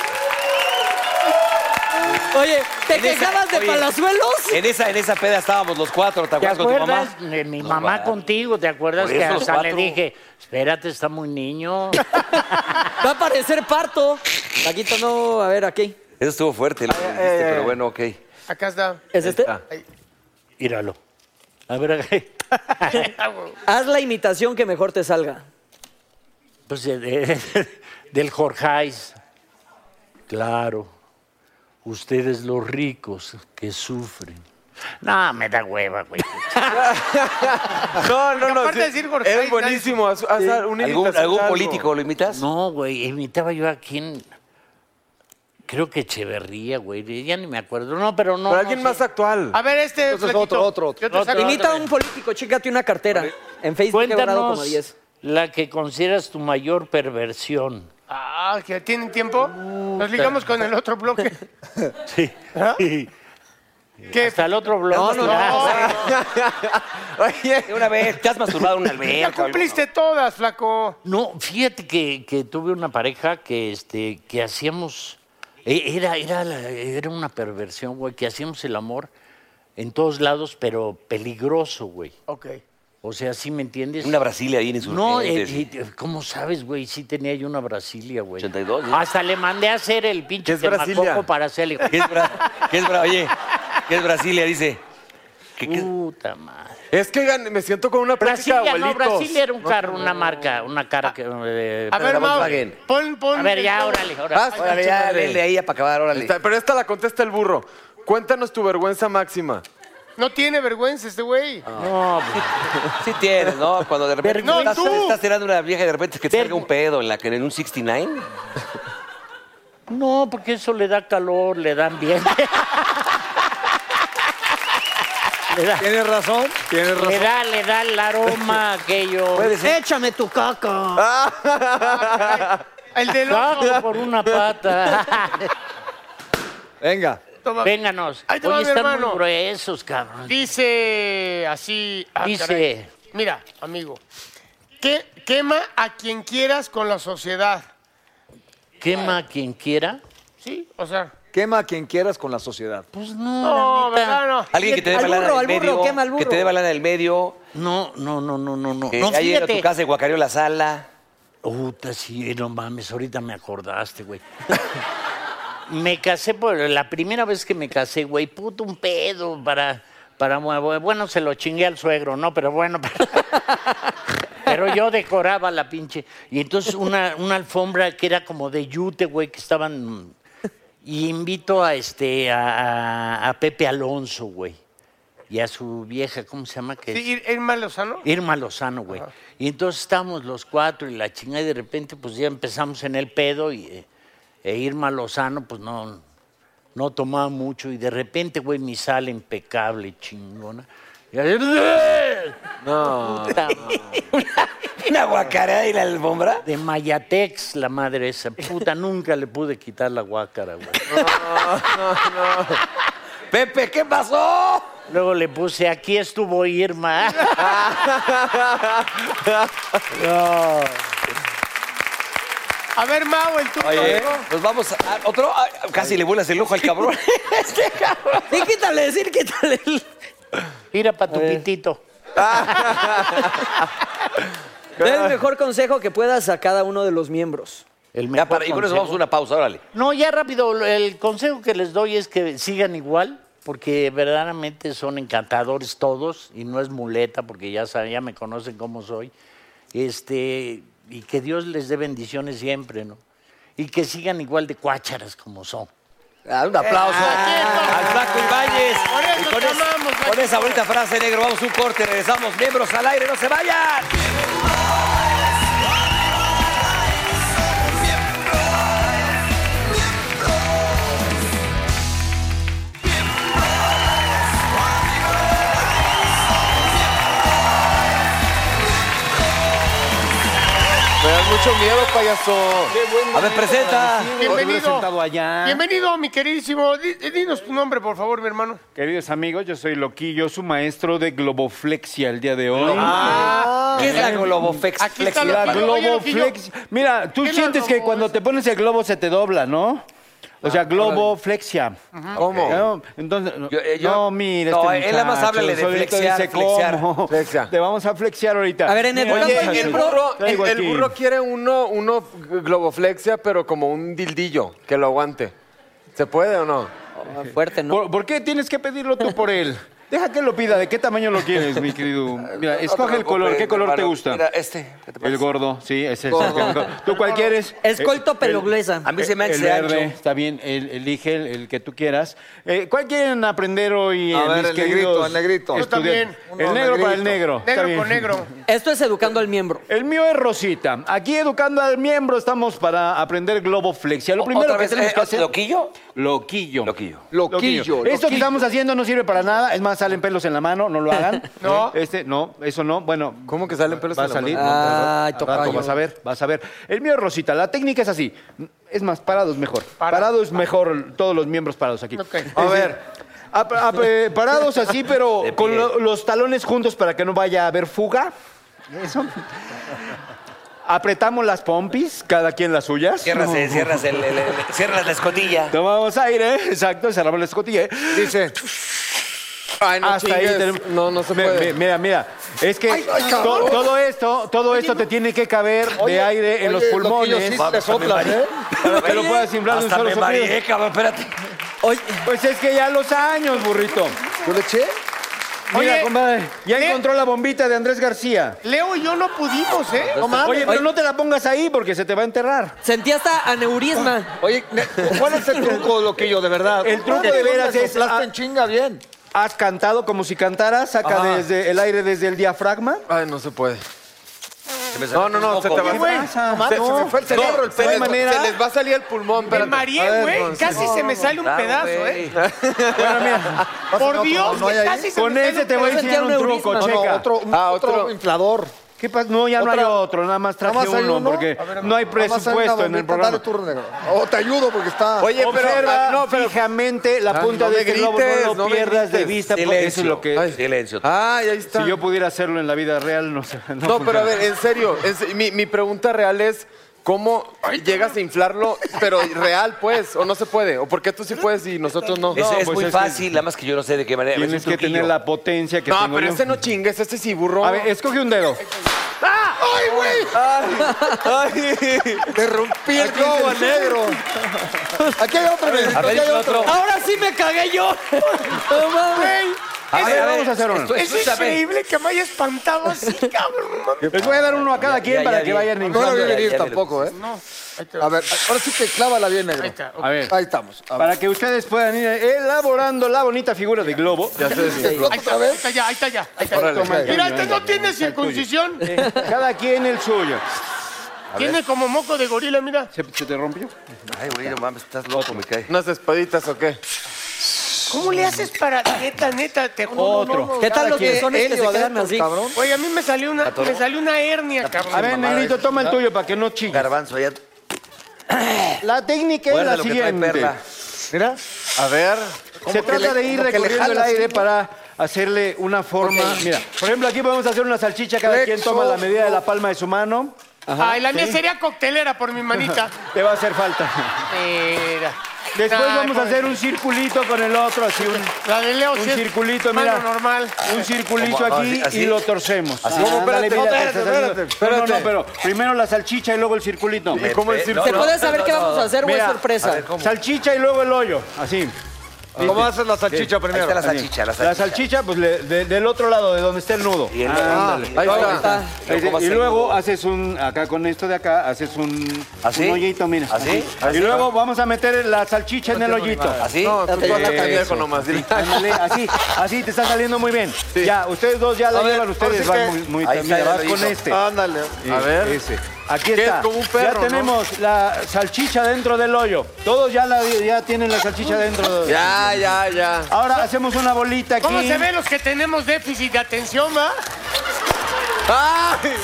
Oye, ¿te
En esa-
quejabas de
oye,
palazuelos?
En esa, en esa peda estábamos los cuatro, ¿te
¿Te
acuerdas,
acuerdas?
con tu
de
mamá?
Mi
No,
mamá
va.
contigo, ¿te acuerdas
Por
que
eso los
hasta le
cuatro.
dije, espérate, está muy niño?
Va a parecer parto. Paquito, no, a ver, aquí.
Eso estuvo fuerte, lo que dijiste,
eh,
pero bueno, ok.
Acá está.
¿Es este?
Míralo. A ver,
Haz la imitación que mejor te salga.
pues de- de- del Jorjais. Claro, ustedes los ricos que sufren. No, me da hueva, güey.
No, no, no.
Aparte
sí,
de decir Jorge,
eres
nadie-
buenísimo. haz- haz una
¿Algún,
imitación
algún
de algo.
político lo imitas?
No, güey, imitaba yo a quien... Creo que Echeverría, güey. Ya ni me acuerdo. No, pero no.
Pero
no
alguien
sé.
más actual.
Ah.
A ver, este.
Entonces,
flaquito.
otro, otro, otro.
Yo te saco-
Imita a un político, chécate una cartera. En Facebook he grabado como
Cuéntanos
10.
la que consideras tu mayor perversión.
Ah, que tienen tiempo. Nos ligamos con el otro bloque.
Sí.
¿Qué?
Hasta el otro blog.
No, no, no.
Oye,
Una vez, te has masturbado en una
Ya
alberca.
cumpliste todas, flaco.
No, fíjate que, que tuve una pareja que, este, que hacíamos. e- Era, era, la- era una perversión, güey, que hacíamos el amor en todos lados, pero peligroso, güey.
Ok.
O sea, ¿sí me entiendes?
Una Brasilia ahí en Insurgentes.
No, eh, eh, ¿cómo sabes, güey? Sí tenía yo una Brasilia, güey.
82, ¿no?
Hasta le mandé a hacer el pinche
¿Qué es Brasilia?
temacoco para hacerle.
¿Qué es, Bra- qué es Bra- Oye, ¿qué es Brasilia? Dice. ¿Qué- qué es-
Puta madre.
es que gan- me siento con una práctica
Brasilia,
de
no,
abuelitos.
Brasilia era un carro, una marca, una cara que... eh,
A ver,
la
Mau,
Volkswagen.
pon, pon.
a ver, ya,
el-
órale,
Vas,
órale.
Órale,
pinche
ya,
madre.
vele ahí para acabar, órale.
Está- pero esta la contesta el burro. Cuéntanos tu vergüenza máxima.
No tiene vergüenza este güey.
No, pues,
Sí tienes, ¿no? Cuando de repente
No,
estás,
tú.
estás tirando una vieja y de repente que te
Ver-
salga un pedo en, la, que- en un 69.
no, porque eso le da calor, le dan bien. le, da,
Tienes razón, tienes
le da, le da el aroma a aquello.
Échame tu coco.
Ah, El del otro.
Cago por una pata.
Venga.
Toma.
Vénganos.
Ahí te va,
Oye,
mi
están
hermano.
muy gruesos, cabrón.
Dice así. ah,
Dice.
caray. Mira, amigo. Que, quema a quien quieras con la sociedad.
Quema a quien quiera.
¿Sí? O sea.
Quema a quien quieras con la sociedad.
Pues no,
No,
la neta.
¿verdad?
Ah,
No.
Alguien que te dé
Al
balana
burro,
del
al burro,
medio.
quema al
Que
burro.
te dé balana del medio.
No, no, no, no, no, no.
Que
no,
haya ido a tu
fíjate.
casa y guacareó la sala.
Puta, sí, eh, no mames, ahorita me acordaste, güey. me casé por la primera vez que me casé, güey, puto un pedo para para bueno, se lo chingué al suegro, no, pero bueno. Pero yo decoraba la pinche. Y entonces una, una alfombra que era como de yute, güey, que estaban. Y invito a este a, a Pepe Alonso, güey. Y a su vieja, ¿cómo se llama? Que es-
Sí, Ir- Irma Lozano.
Irma Lozano, güey. Y entonces estábamos los cuatro y la chingada y de repente pues ya empezamos en el pedo y eh, e Irma Lozano pues no, no tomaba mucho y de repente, güey, mi sal impecable, chingona. Y ahí-
No.
Puta,
Una guacareada y la alfombra.
de Mayatex, la madre esa. Puta, nunca le pude quitar la guácara, güey.
Pepe, ¿qué pasó?
Luego le puse, aquí estuvo Irma.
A ver, Mau, el tuyo.
Oye,
amigo.
Eh, nos vamos a a- otro. Ah, Casi le vuelas el ojo al cabrón. Este cabrón.
Sí, quítale, decir, quítale. el-
Mira para
Eh.
tu pitito.
Da el mejor consejo que puedas a cada uno de los miembros.
El
Ya
mejor
para, y con eso
consejo.
vamos a una pausa, órale.
No, ya rápido, el consejo que les doy es que sigan igual, porque verdaderamente son encantadores todos y no es muleta porque ya saben, ya me conocen cómo soy. Este, y que Dios les dé bendiciones siempre, ¿no? Y que sigan igual de cuácharas como son.
Ah, un aplauso al Flaco Ibáñez.
Por eso
Y con,
te
es-
amamos,
con esa bonita frase, negro, vamos a un corte, regresamos. Miembros al aire, no se vayan.
Me das mucho miedo, payaso.
A ver, presenta.
Bienvenido. Bienvenido, mi queridísimo. Di- Dinos tu nombre, por favor, mi hermano.
Queridos amigos, yo soy Loquillo, su maestro de globoflexia el día de hoy.
¿Qué es la globoflex?
Aquí está
La
Oye, Loquillo.
globoflexia. Mira, tú
¿Qué
sientes que
globo
cuando
es?
te pones el globo se te dobla, ¿no? O sea, globoflexia.
¿Cómo?
No, Entonces, no,
Yo- eh, yo-
no, mire.
No,
este
él nada más
muchacho,
háblale de
solito
flexiar,
dice,
flexiar,
¿cómo?
flexa.
Te vamos a flexiar ahorita.
A ver, en el
Mira,
Oye,
Oye,
Oye,
el
el
burro, el,
traigo
el
aquí.
burro quiere uno, uno globoflexia, pero como un dildillo, que lo aguante. ¿Se puede o no?
Ah,
Fuerte, ¿no?
¿Por, por qué tienes que pedirlo tú por él? Deja que lo pida. ¿De qué tamaño lo quieres, mi querido? Mira,
Eh,
escoge el color. ¿Qué color te gusta?
Mira, este. ¿qué te
El
parece?
gordo, sí, ese es el que mejor. ¿Tú cuál quieres?
Escolto pelo
A mí se me hace
el verde,
ancho.
está bien, el- elige el, el que tú quieras. Eh, ¿Cuál quieren aprender hoy,
A ver,
eh, mis
el negrito,
queridos
el negrito. Yo
estudiantes?
también.
El
Uno
negro para
negrito.
el negro. está
Negro
bien.
con negro.
Esto es educando al miembro.
El mío es Rosita. Aquí educando al miembro estamos para aprender globoflexia. Lo primero
¿Otra
que
vez
tenemos
eh,
que hacer...
loquillo?
Loquillo.
Loquillo.
Loquillo,
Esto que
loquillo.
estamos haciendo no sirve para nada. Es más, salen pelos en la mano, no lo hagan.
No.
Este, no, eso no. Bueno.
¿Cómo que salen pelos
va
en la
a salir.
mano?
no,
Ay,
al rato
tocayo.
Vas a ver, vas a ver. El mío, Rosita, la técnica es así. Es más, parados mejor. Parados mejor, todos los miembros parados aquí.
Ok.
A ver. ap- ap- eh, parados así, pero con lo- los talones juntos para que no vaya a haber fuga. Eso. Apretamos las pompis, cada quien las suyas.
Cierras, el- cierras, el- el- el- cierras la escotilla.
Tomamos aire, exacto, cerramos la escotilla. ¿eh?
Dice. Ay, no
Hasta ahí
chingues.
tenemos-
No, no se
Mi-
puede.
mi- Mira, mira. Es que to- todo esto, todo esto te tiene que caber de aire en los
oye,
pulmones.
Loquillo, sí te soplas, ¿eh?
Para que lo puedas inflar de un
Hasta
solo
me
soplido.
mareé, cabrón, espérate.
Oye,
Pues es que ya los años, burrito.
¿Yo le eché?
Mira,
Oye,
compadre, ya
¿qué?
encontró la bombita de Andrés García.
Leo y yo no pudimos, ¿eh? No mames.
Oye, pero
Oye.
no te la pongas ahí porque se te va a enterrar.
sentí hasta aneurisma.
Oye, ne- ¿cuál es el truco, Loquillo, de verdad?
El truco de veras es-
Soplaste
ah.
en chinga bien.
Has cantado como si cantaras, saca
Ajá.
desde el aire desde el diafragma.
Ay, no se puede. No, no, no, se te va a
güey.
No, mames,
No,
se me fue el cerebro, el
se,
no hay
les,
pelo.
manera.
se les va a salir el pulmón.
Me
espérate. A
mareé,
ver,
güey.
no,
Casi se me sale un pedazo, ¿eh?
Bueno, mira,
Por
otro,
Dios,
¿no hay
que
ahí?
casi se
con
me sale
ese
un
te voy a
Yo sentía
enseñar un
un neurisma.
truco,
No, no,
checa.
otro, un-
Ah,
otro
otro.
inflador.
¿Qué pasa? No, ya Ah, no
Otra-
hay otro, nada más traje
¿Nada más hay
uno,
uno?
porque
A ver,
no hay presupuesto en el programa.
O te ayudo porque está...
Oye, pero.
Observa
ah, no, pero.
fijamente la
Ah,
punta
no
de
me
este globo,
grites,
no lo
no me
pierdas de
grites.
vista, porque eso es lo que... Ah,
Ay, silencio.
Ay, ahí está.
Si yo pudiera hacerlo en la vida real, no sé.
No, pero a ver, en serio, en se- mi, mi pregunta real es, ¿cómo llegas a inflarlo, pero real, pues? ¿O no se puede? ¿O por qué tú sí puedes y nosotros no?
es
no,
es
pues
muy
es que-
fácil, nada más que yo no sé de qué manera.
Tienes
Es un
que tener
truquillo.
la potencia que
No,
tengo
pero
yo.
este no chingues, este sí burro.
A ver, escoge un dedo.
Te rompí el globo negro. Aquí hay otro negrito,
A ver,
aquí hay
échale otro.
Ahora sí me cagué yo. No mames.
A ver, vamos a hacer uno.
esto-
Es
escúchame.
increíble que me haya espantado así, cabrón.
Les voy a dar uno a cada quien
ya,
para
ya
que
vi.
vayan
No lo
inflando.
vi
Ya, ya
venir
me lo
tampoco, ¿eh?
No, ahí te va.
A ver, ahora sí que clávala bien, negro.
Ahí está.
A ver,
Ahí estamos. A ver.
para que ustedes puedan ir elaborando la bonita figura de globo.
Ahí está, ahí está ya, ahí está ya. Ahí está. Mira, este no tiene circuncisión.
Cada quien el suyo.
Tiene como moco de gorila, mira.
¿Se, se te rompió?
Ay, güey, no mames, estás loco, me cae.
¿Unas espaditas o qué?
¿Cómo le haces para neta, neta? Te juro.
Otro.
no, no.
¿Qué tal los
¿Quién?
pezones que
Helio
se quedan
adentro,
así?
cabrón.
Oye, a mí me salió una, me salió una hernia, cabrón.
A ver, negrito, toma el tuyo para que no chingues.
Garbanzo, allá.
La técnica es
Guarda
la
lo que trae
siguiente.
perla.
Mira.
A ver.
Se trata de ir
como que le
recorriendo el
jalas,
aire
¿no?
para hacerle una forma. Mira, por ejemplo, aquí podemos hacer una salchicha. Cada quien
Flexo.
toma la medida de la palma de su mano.
Ay, la mía sería coctelera por mi manita.
Te va a hacer falta.
Mira.
Después
Ah,
Ay,
vamos a
pobre.
hacer un circulito con el otro, así un,
La de Leo,
un
sí es
circulito,
mano
mira.
normal.
Un circulito
Como,
aquí
así, así. Ah,
y lo torcemos.
Así.
¿Cómo?
Ándale,
Espérate,
mira,
espérate,
te está saliendo.
espérate, espérate. No, no, pero primero la salchicha y luego el circulito.
¿Y cómo el
Eh,
circo?
no,
¿Se
no,
puede
no,
saber
no,
qué
no,
vamos a hacer o es
Mira,
sorpresa?
Salchicha y luego el hoyo, así.
¿Cómo haces la salchicha
Sí,
primero?
ahí está la salchicha, la salchicha.
pues le- de- del otro lado, de donde está el nudo.
Y el-
Ah,
ándale. Ahí
ahí está.
está.
Ahí está.
¿Cómo
Y
hacer?
luego haces
Haces un, acá con esto de acá, haces un,
¿Así?
un hoyito, mira.
¿Así?
Y
¿Así?
luego vamos a meter la salchicha en el hoyito.
¿Así?
No, tú
Eso.
vas a pendejo nomás. dile.
Ándale, así, así, te está saliendo muy bien. Ya, ustedes dos ya la
A ver,
llevan, ustedes
ahora
van
sí
muy,
que-
muy
Ahí está,
mira,
ya
vas
lo
con
hizo.
este.
Ándale.
Sí,
A ver.
ese. Aquí
¿Qué es
está.
como un perro,
ya
no?
tenemos la salchicha dentro del hoyo. Todos ya, la, ya tienen la salchicha dentro.
Ya, ya, ya.
Ahora hacemos una bolita aquí.
¿Cómo se ven los que tenemos déficit de atención, va?
¡Ay!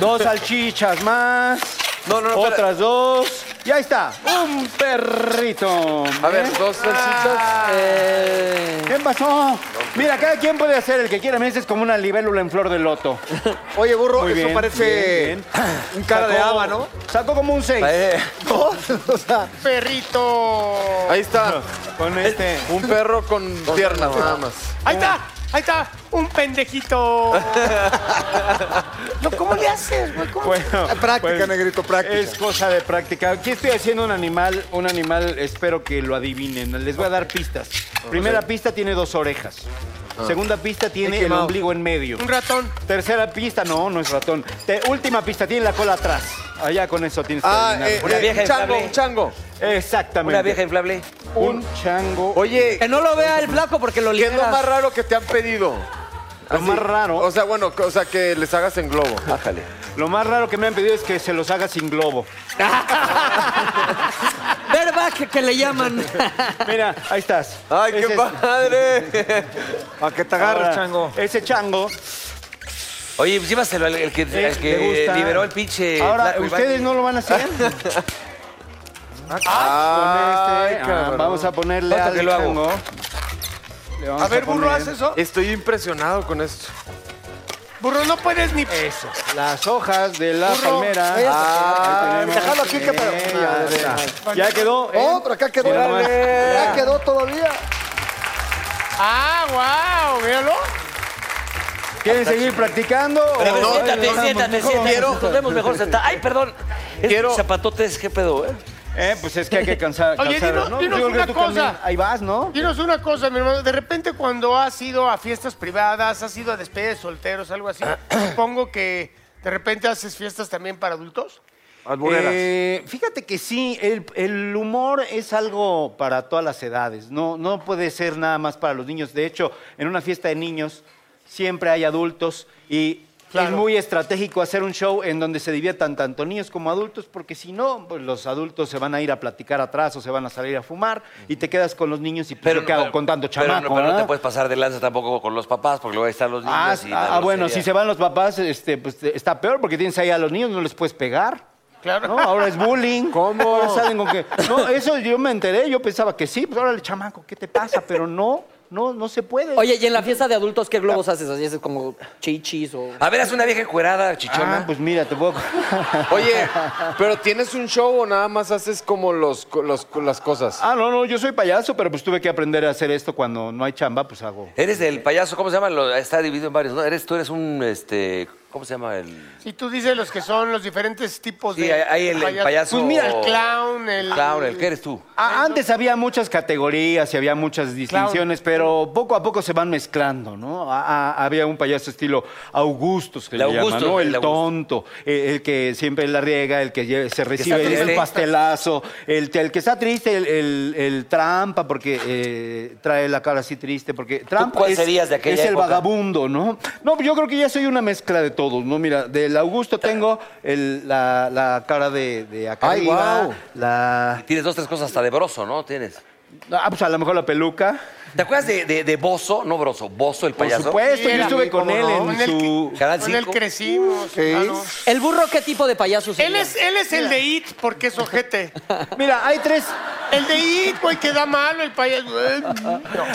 Dos salchichas más.
No, no, no, espera.
Otras dos. Y ahí está. Un perrito.
A ver,
¿eh?
dos salchichas. Eh.
¿Qué pasó? Mira, cada quien puede hacer el que quiera. Mira, este es como una libélula en flor de loto.
Oye, burro,
Muy
eso
bien,
parece
bien,
un cara de
Sacó-
haba, ¿no?
Sacó como un 6.
¿No? o sea,
Perrito.
Eh. Ahí está.
Con este.
Un perro con piernas, nada más.
Ahí está, ahí está, un pendejito. No, ¿Cómo le haces, güey? ¿Cómo?
Bueno, pues,
Práctica, negrito, práctica.
Es cosa de práctica. Aquí estoy haciendo un animal, un animal, espero que lo adivinen. Les voy a dar pistas. Primera pista tiene dos orejas.
Ah.
Segunda pista tiene
Mickey
el
Mouse.
ombligo en medio.
Un ratón.
Tercera pista, no, no es ratón. Te- última pista, tiene la cola atrás. Allá con eso tienes que
Ah,
adivinar.
eh,
Una
eh,
vieja
un chango,
inflable.
un chango.
Exactamente.
Una vieja inflable.
Un chango.
Oye,
Que no lo vea el flaco porque lo
¿qué es lo
liberas.
más raro que te han pedido?
lo
Así.
más raro.
O sea, bueno, o sea, que les hagas en globo.
Bájale.
Lo más raro que me han pedido es que se los haga sin globo.
Verback, que le llaman.
Mira, ahí estás.
¡Ay, qué
Ese es-
padre!
para que te agarre,
Ahora,
chango.
Ese chango.
Oye, pues llévaselo al, al que,
eh,
al que
le gusta.
liberó Eh, el pinche.
Ahora,
flaco Ibañez.
ustedes no lo van a hacer. Este, Ah,
Ay,
con este, ah,
cabrón.
vamos a ponerle
Falta
al
que lo hago.
chango. Le vamos
A ver, burro,
poner
haz eso.
Estoy impresionado con esto.
Burro, no puedes ni. Eso.
Las hojas de la
Burro,
palmera.
eso.
Ah, ahí tenemos.
Déjalo aquí, que pero-
Eh, ya, está. Ya quedó. ¿eh?
Oh, pero acá quedó.
Mira nomás.
Acá quedó todavía.
Ah, guau, véalo.
¿Quieren seguir practicando?
Pero a ver,
o-
siéntate,
Ay,
siéntate,
mejor.
siéntate. Nos vemos mejor sentado. Ay, perdón.
Quiero-
Quiero... Zapatotes, qué pedo, ¿eh?
Eh, pues es que hay que cansar.
Oye,
cansar,
dinos-
¿no?
dinos
Yo creo que
una
tú
cosa.
también. Ahí vas, ¿no?
Dinos una cosa, mi hermano. De repente, cuando has ido a fiestas privadas, has ido a despedidas de solteros, algo así, supongo que de repente haces fiestas también para adultos.
Eh, fíjate que sí, el, el humor es algo para todas las edades. No, no puede ser nada más para los niños. De hecho, en una fiesta de niños siempre hay adultos y es muy estratégico hacer un show en donde se diviertan tanto niños como adultos, porque si no, pues los adultos se van a ir a platicar atrás o se van a salir a fumar y te quedas con los niños y pues, ¿yo ¿qué hago con tanto
pero no-
chamaco?
Pero, no
ah?
te puedes pasar de lanza tampoco con los papás, porque luego ahí están los niños.
Ah,
y
ah,
la
bueno,
grosería.
si se van los papás, este, pues te- está peor porque tienes ahí a los niños, no les puedes pegar.
Claro.
No, ahora es bullying. ¿Cómo? Ahora salen con que. No, eso yo me enteré, yo pensaba que sí, pues ahora el chamaco, ¿qué te pasa? Pero no, no, no se puede.
Oye, y en la fiesta de adultos, ¿qué globos haces? Así es como chichis o.
A ver, haz una vieja encuerada,
Ah,
chichona.
pues mira, te puedo.
Oye, ¿pero tienes un show o nada más haces como los, los- las cosas?
Ah, no, no, yo soy payaso, pero pues tuve que aprender a hacer esto cuando no hay chamba, pues hago.
Eres el payaso, ¿cómo se llama? Lo- Está dividido en varios, ¿no? Eres, tú eres un, este, ¿cómo se llama? El...
Si tú dices los que son los diferentes tipos
Sí,
de.
hay, hay el, el payaso.
Pues mira, el clown, el.
Clown, el que eres tú.
Ah, antes había muchas categorías y había muchas distinciones, pero poco a poco se van mezclando, ¿no? A- a- había un payaso estilo Augustus, que
El
le
Augustus,
llaman, ¿no?
el
El,
Augustus.
tonto, eh, el que siempre la riega, el que lle- se recibe el- el,
triste.
pastelazo, el, el que está triste, el, el- el trampa, porque eh, trae la cara así triste, porque trampa
cuál
es,
serías de aquella
es el
época?
vagabundo, ¿no? No, pues yo creo que ya soy una mezcla de todos, ¿no? Mira, del Augusto tengo el- la, la cara de, de acá
Ay,
arriba,
guau.
la...
Tienes dos, tres cosas hasta de broso, ¿no? Tienes.
Ah, pues a lo mejor la peluca.
¿Te acuerdas de, de, de Bozo? No Broso, Bozo el
Por
payaso.
supuesto, yo
Era,
estuve con él
no?
en
En el
su...
Canal
Con él
cinco.
crecimos. claro.
¿El burro qué tipo de payaso
Él
sería?
es, él es el de IT porque es ojete.
Mira, hay tres,
El de IT, güey, que da malo el payaso.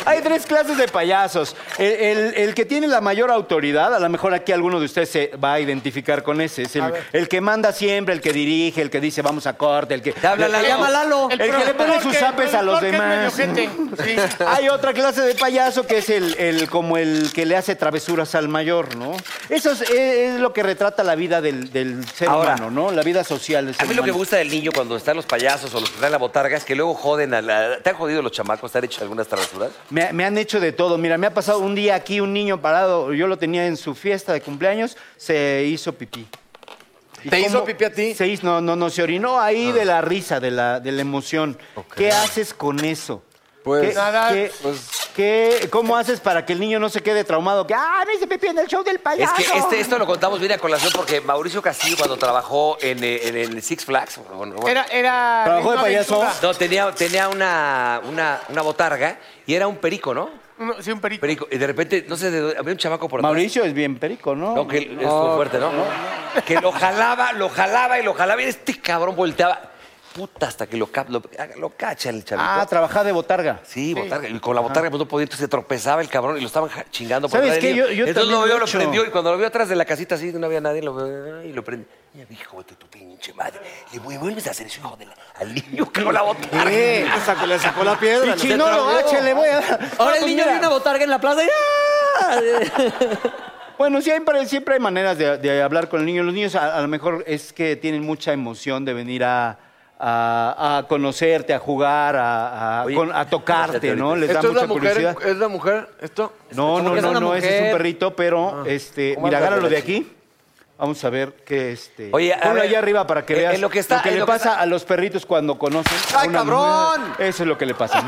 hay tres clases de payasos. El, el- el que tiene la mayor autoridad, a lo mejor aquí alguno de ustedes se va a identificar con ese. Es el, el que manda siempre, el que dirige, el que dice vamos a corte, el que...
habla
el-
la-
La llama Lalo.
El que le pone
productor
sus
que-
zapes a los
el productor que es
demás.
medio ojete, sí.
Hay otra clase de payaso que es el, el- como el que le hace travesuras al mayor, ¿no? Eso es, eh, es lo que retrata la vida del, del ser
Ahora,
humano, ¿no? La vida social del ser
A mí lo que me
humano.
gusta del niño cuando están los payasos o los que están en la botarga es que luego luego joden a la... ¿Te han jodido los chamacos? ¿Te han hecho algunas travesuras?
Me, me han hecho de todo. Mira, me ha pasado un día aquí un niño parado, yo lo tenía en su fiesta de cumpleaños, se hizo pipí. ¿Te hizo pipí a ti? Se hizo, no, no, no, se orinó ahí de la risa, de la, de la emoción. ¿Qué haces con eso?
Pues-
¿Qué-
Nada,
qué-
pues,
qué- ¿Cómo haces para que el niño no se quede traumado? Que, ah, me hice pipí en el show del
Es
payaso.
que este, esto lo contamos bien a colación porque Mauricio Castillo cuando trabajó en, eh, en el Six Flags... bueno, bueno,
Era, era.
¿Trabajó de
una
payaso?
aventura.
No, tenía, tenía una, una, una botarga y era un perico, ¿no?
Uno- sí, un perico.
Perico. Y de repente, no sé, de dónde- había un chamaco por atrás.
Mauricio es bien perico, ¿no?
No, que es muy fuerte, ¿no? Que lo jalaba, lo jalaba y lo jalaba y este cabrón volteaba. Puta, hasta que lo, cap- lo, lo cacha el chavito.
Ah, trabajaba de botarga.
Sí, botarga. Y con la botarga pues, no podía, entonces se tropezaba el cabrón y lo estaban ja- chingando por
¿Sabes
atrás del
qué?
niño.
Yo- yo
Entonces lo
también lo
vio,
he
lo
hecho.
prendió y cuando lo vio atrás de la casita así, no había nadie, lo vio y lo prendió. Y hijo de tu pinche madre. Le voy- vuelves a hacer eso, hijo de la, al niño que no la botarga.
Sí, le sacó- le sacó la piedra,
Y si no lo gache, le voy a dar. pues
Ahora el niño viene a botarga en la plaza y ¡ah!
Bueno, siempre, siempre hay maneras de, de hablar con el niño. Los niños a, a lo mejor es que tienen mucha emoción de venir a, a- a conocerte, a jugar, a, a- con- a tocarte, ¿no? Les da
¿Esto es
mucha
la mujer?
curiosidad.
¿Es la mujer? ¿Esto?
No, no,
¿Es
no,
una
no, ese es un
mujer?
perrito,
Ah.
pero este,
¿Cómo
mira,
anda
agárralo
la
de
chica?
aquí. Vamos a ver qué este.
Oye, a
ponlo
ver,
allá arriba para que
en-
veas
en lo que está- en
le
lo que
pasa
está-
a los perritos cuando conocen. a
¡Ay,
una
cabrón!
mujer. Eso es lo que le pasa.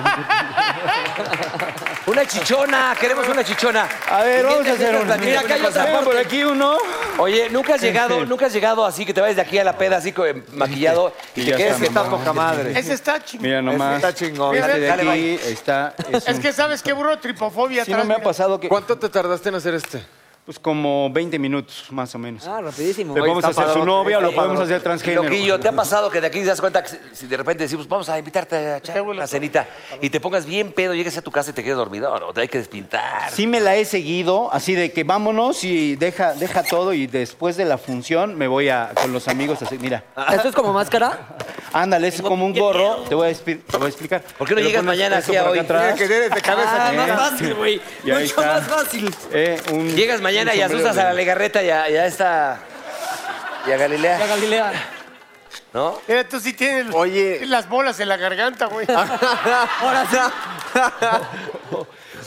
Una chichona, queremos una chichona.
A ver, vamos a
Mientras-
hacer
mientras
una.
la- Mira, acá hay otra
Venga, por
parte.
aquí uno.
Oye, nunca has llegado,
Sí.
nunca has llegado así que te vayas de aquí a la peda así co- eh, maquillado y,
Este, Y
te
ya
quedes
está,
sentado
mamá.
poca madre.
Ese está chingón.
Mira nomás.
Está chingón.
Este de
Dale,
aquí está. Es,
Es
un-
que sabes qué burro tripofobia
Sí, no me ha pasado que.
¿Cuánto te tardaste en hacer este?
Pues como 20 minutos, más o menos.
Ah, rapidísimo.
Le vamos a hacer su novia o lo podemos
Pablo.
eh, hacer transgénero.
Loquillo, ¿te ha pasado que de aquí te das cuenta que si- si de repente decimos, vamos a invitarte a echar una cenita y te pongas bien pedo, llegues a tu casa y te quedes dormido? No, te hay que despintar.
Sí me la he seguido, así de que vámonos y deja, deja todo y después de la función me voy a con los amigos así, mira.
¿Esto es como máscara? Ah,
Ándale, es como un gorro, te voy a, expli- te voy a explicar.
¿Por qué no
Te lo
llegas
pones
mañana
esto
aquí a
por
hoy?
acá atrás,
de cabeza.
Ah,
¿eh?
más fácil, güey.
Y ahí está.
Mucho más fácil.
eh, un-
Llegas mañana
un
y
sombrero
asustas a la
de-
legarreta y a, y a esta. y a
La
Galilea,
Galilea.
¿no?
Mira, tú sí tienes
Oye.
las bolas en la garganta, güey.
Ah,
Ahora sí.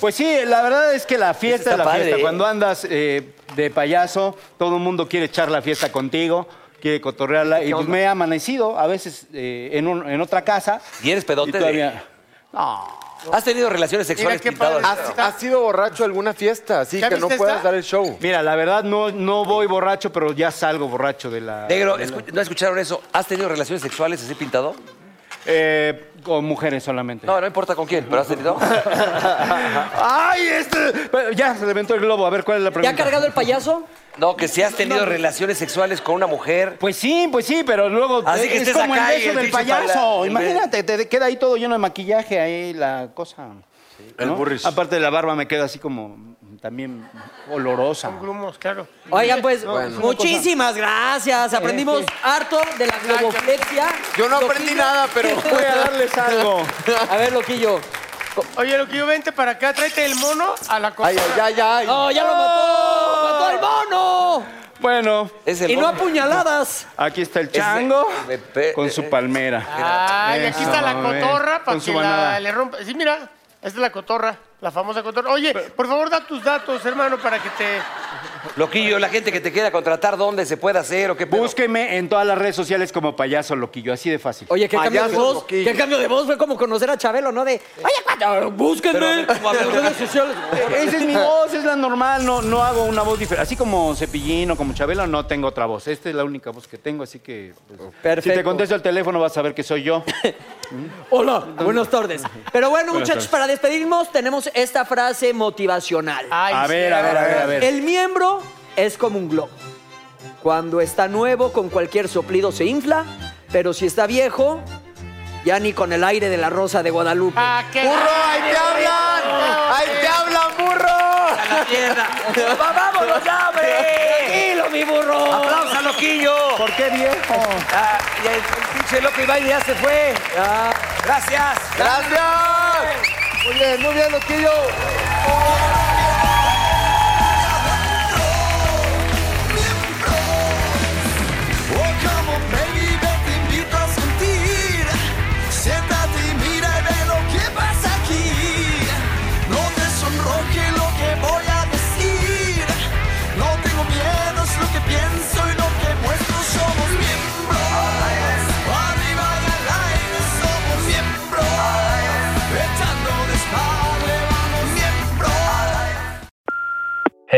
Pues sí, la verdad es que la
Eso
fiesta es
está
la fiesta.
padre, ¿eh?
Cuando andas eh, de payaso, todo el mundo quiere echar la fiesta contigo, quiere cotorrearla. Y pues me he amanecido a veces eh, en, un- en otra casa.
¿Y eres pedote de-
todavía-
¿Has tenido relaciones sexuales
qué
pintadas?
padre.
¿Has, has sido borracho a alguna fiesta? Así
¿Ya
que no
viste
puedas
esta?
dar el show.
Mira, la verdad no, no voy borracho, pero ya salgo borracho de la...
Negro, escu- ¿no escucharon eso? ¿Has tenido relaciones sexuales así pintado?
Eh, con mujeres solamente.
No, no importa con quién, pero has tenido.
¡Ay, este! Bueno, Ya se reventó el globo. A ver, ¿cuál es la
¿Ya ha
pregunta?
cargado el payaso?
No, que si has tenido relaciones sexuales con una mujer.
Pues sí, pues sí, pero luego
Así
eh,
que
es
estés
como
acá y
el beso
el
del
bicho para la-
payaso.
el be-
Imagínate, te queda ahí todo lleno de maquillaje ahí la cosa.
El
¿no?
burris.
Aparte de la barba me queda así como también olorosa.
Glumos, claro.
Oigan, pues, muchísimas gracias. Aprendimos harto de la globoflexia.
Yo no aprendí nada, pero
Voy a darles algo.
A ver, Loquillo.
Oye, lo que yo vente para acá, tráete el mono a la cosa.
Ay, ay, ay, ay.
¡No, ya lo mató! ¡Mató al mono!
Bueno,
Es el
Y no
hombre.
apuñaladas.
aquí está el chango
me eh, pe-
con su palmera.
Ay, aquí está la
Eso, eh.
cotorra para
Con su
que la,
manada.
le rompa. Sí, mira, esta es la cotorra, la famosa cotorra. Oye, por favor, da tus datos, hermano, para que te.
Loquillo, la gente que te quiera contratar, ¿dónde se puede hacer o qué pedo?
Búsqueme en todas las redes sociales como payaso loquillo, así de fácil.
Oye, qué cambio de
Payaso,
voz.
Loquillo.
Qué cambio de voz. Fue como conocer a Chabelo, ¿no? De, oye, cuando, búsquenme. en redes sociales.
Esa es mi voz, es la normal, no, no hago una voz diferente. Así como Cepillín o como Chabelo, no tengo otra voz. Esta es la única voz que tengo, así que... pues, Si
Perfecto.
te contesto el teléfono vas a ver que soy yo.
Hola, buenas tardes. Pero bueno, muchachos, para despedirnos tenemos esta frase motivacional.
Ay,
A
sí,
ver, a ver, a ver, a ver.
El miembro es como un globo. Cuando está nuevo, con cualquier soplido se infla, pero si está viejo, ya ni con el aire de la rosa de Guadalupe.
Ah, qué-
¡Burro, ahí te hablan! ¡Ahí te hablan, burro!
a la tierra. ¡Vámonos ya, hombre!
¡Tranquilo, mi burro!
¡Aplausos a Loquillo!
¿Por qué viejo?
Ah, y el, el pinche loco Ibai ya se fue. Ah, Gracias.
¡Gracias! Muy bien, muy bien, loquillo.
Oh, come on, baby, vete, invito a sentir. Siéntate y mira.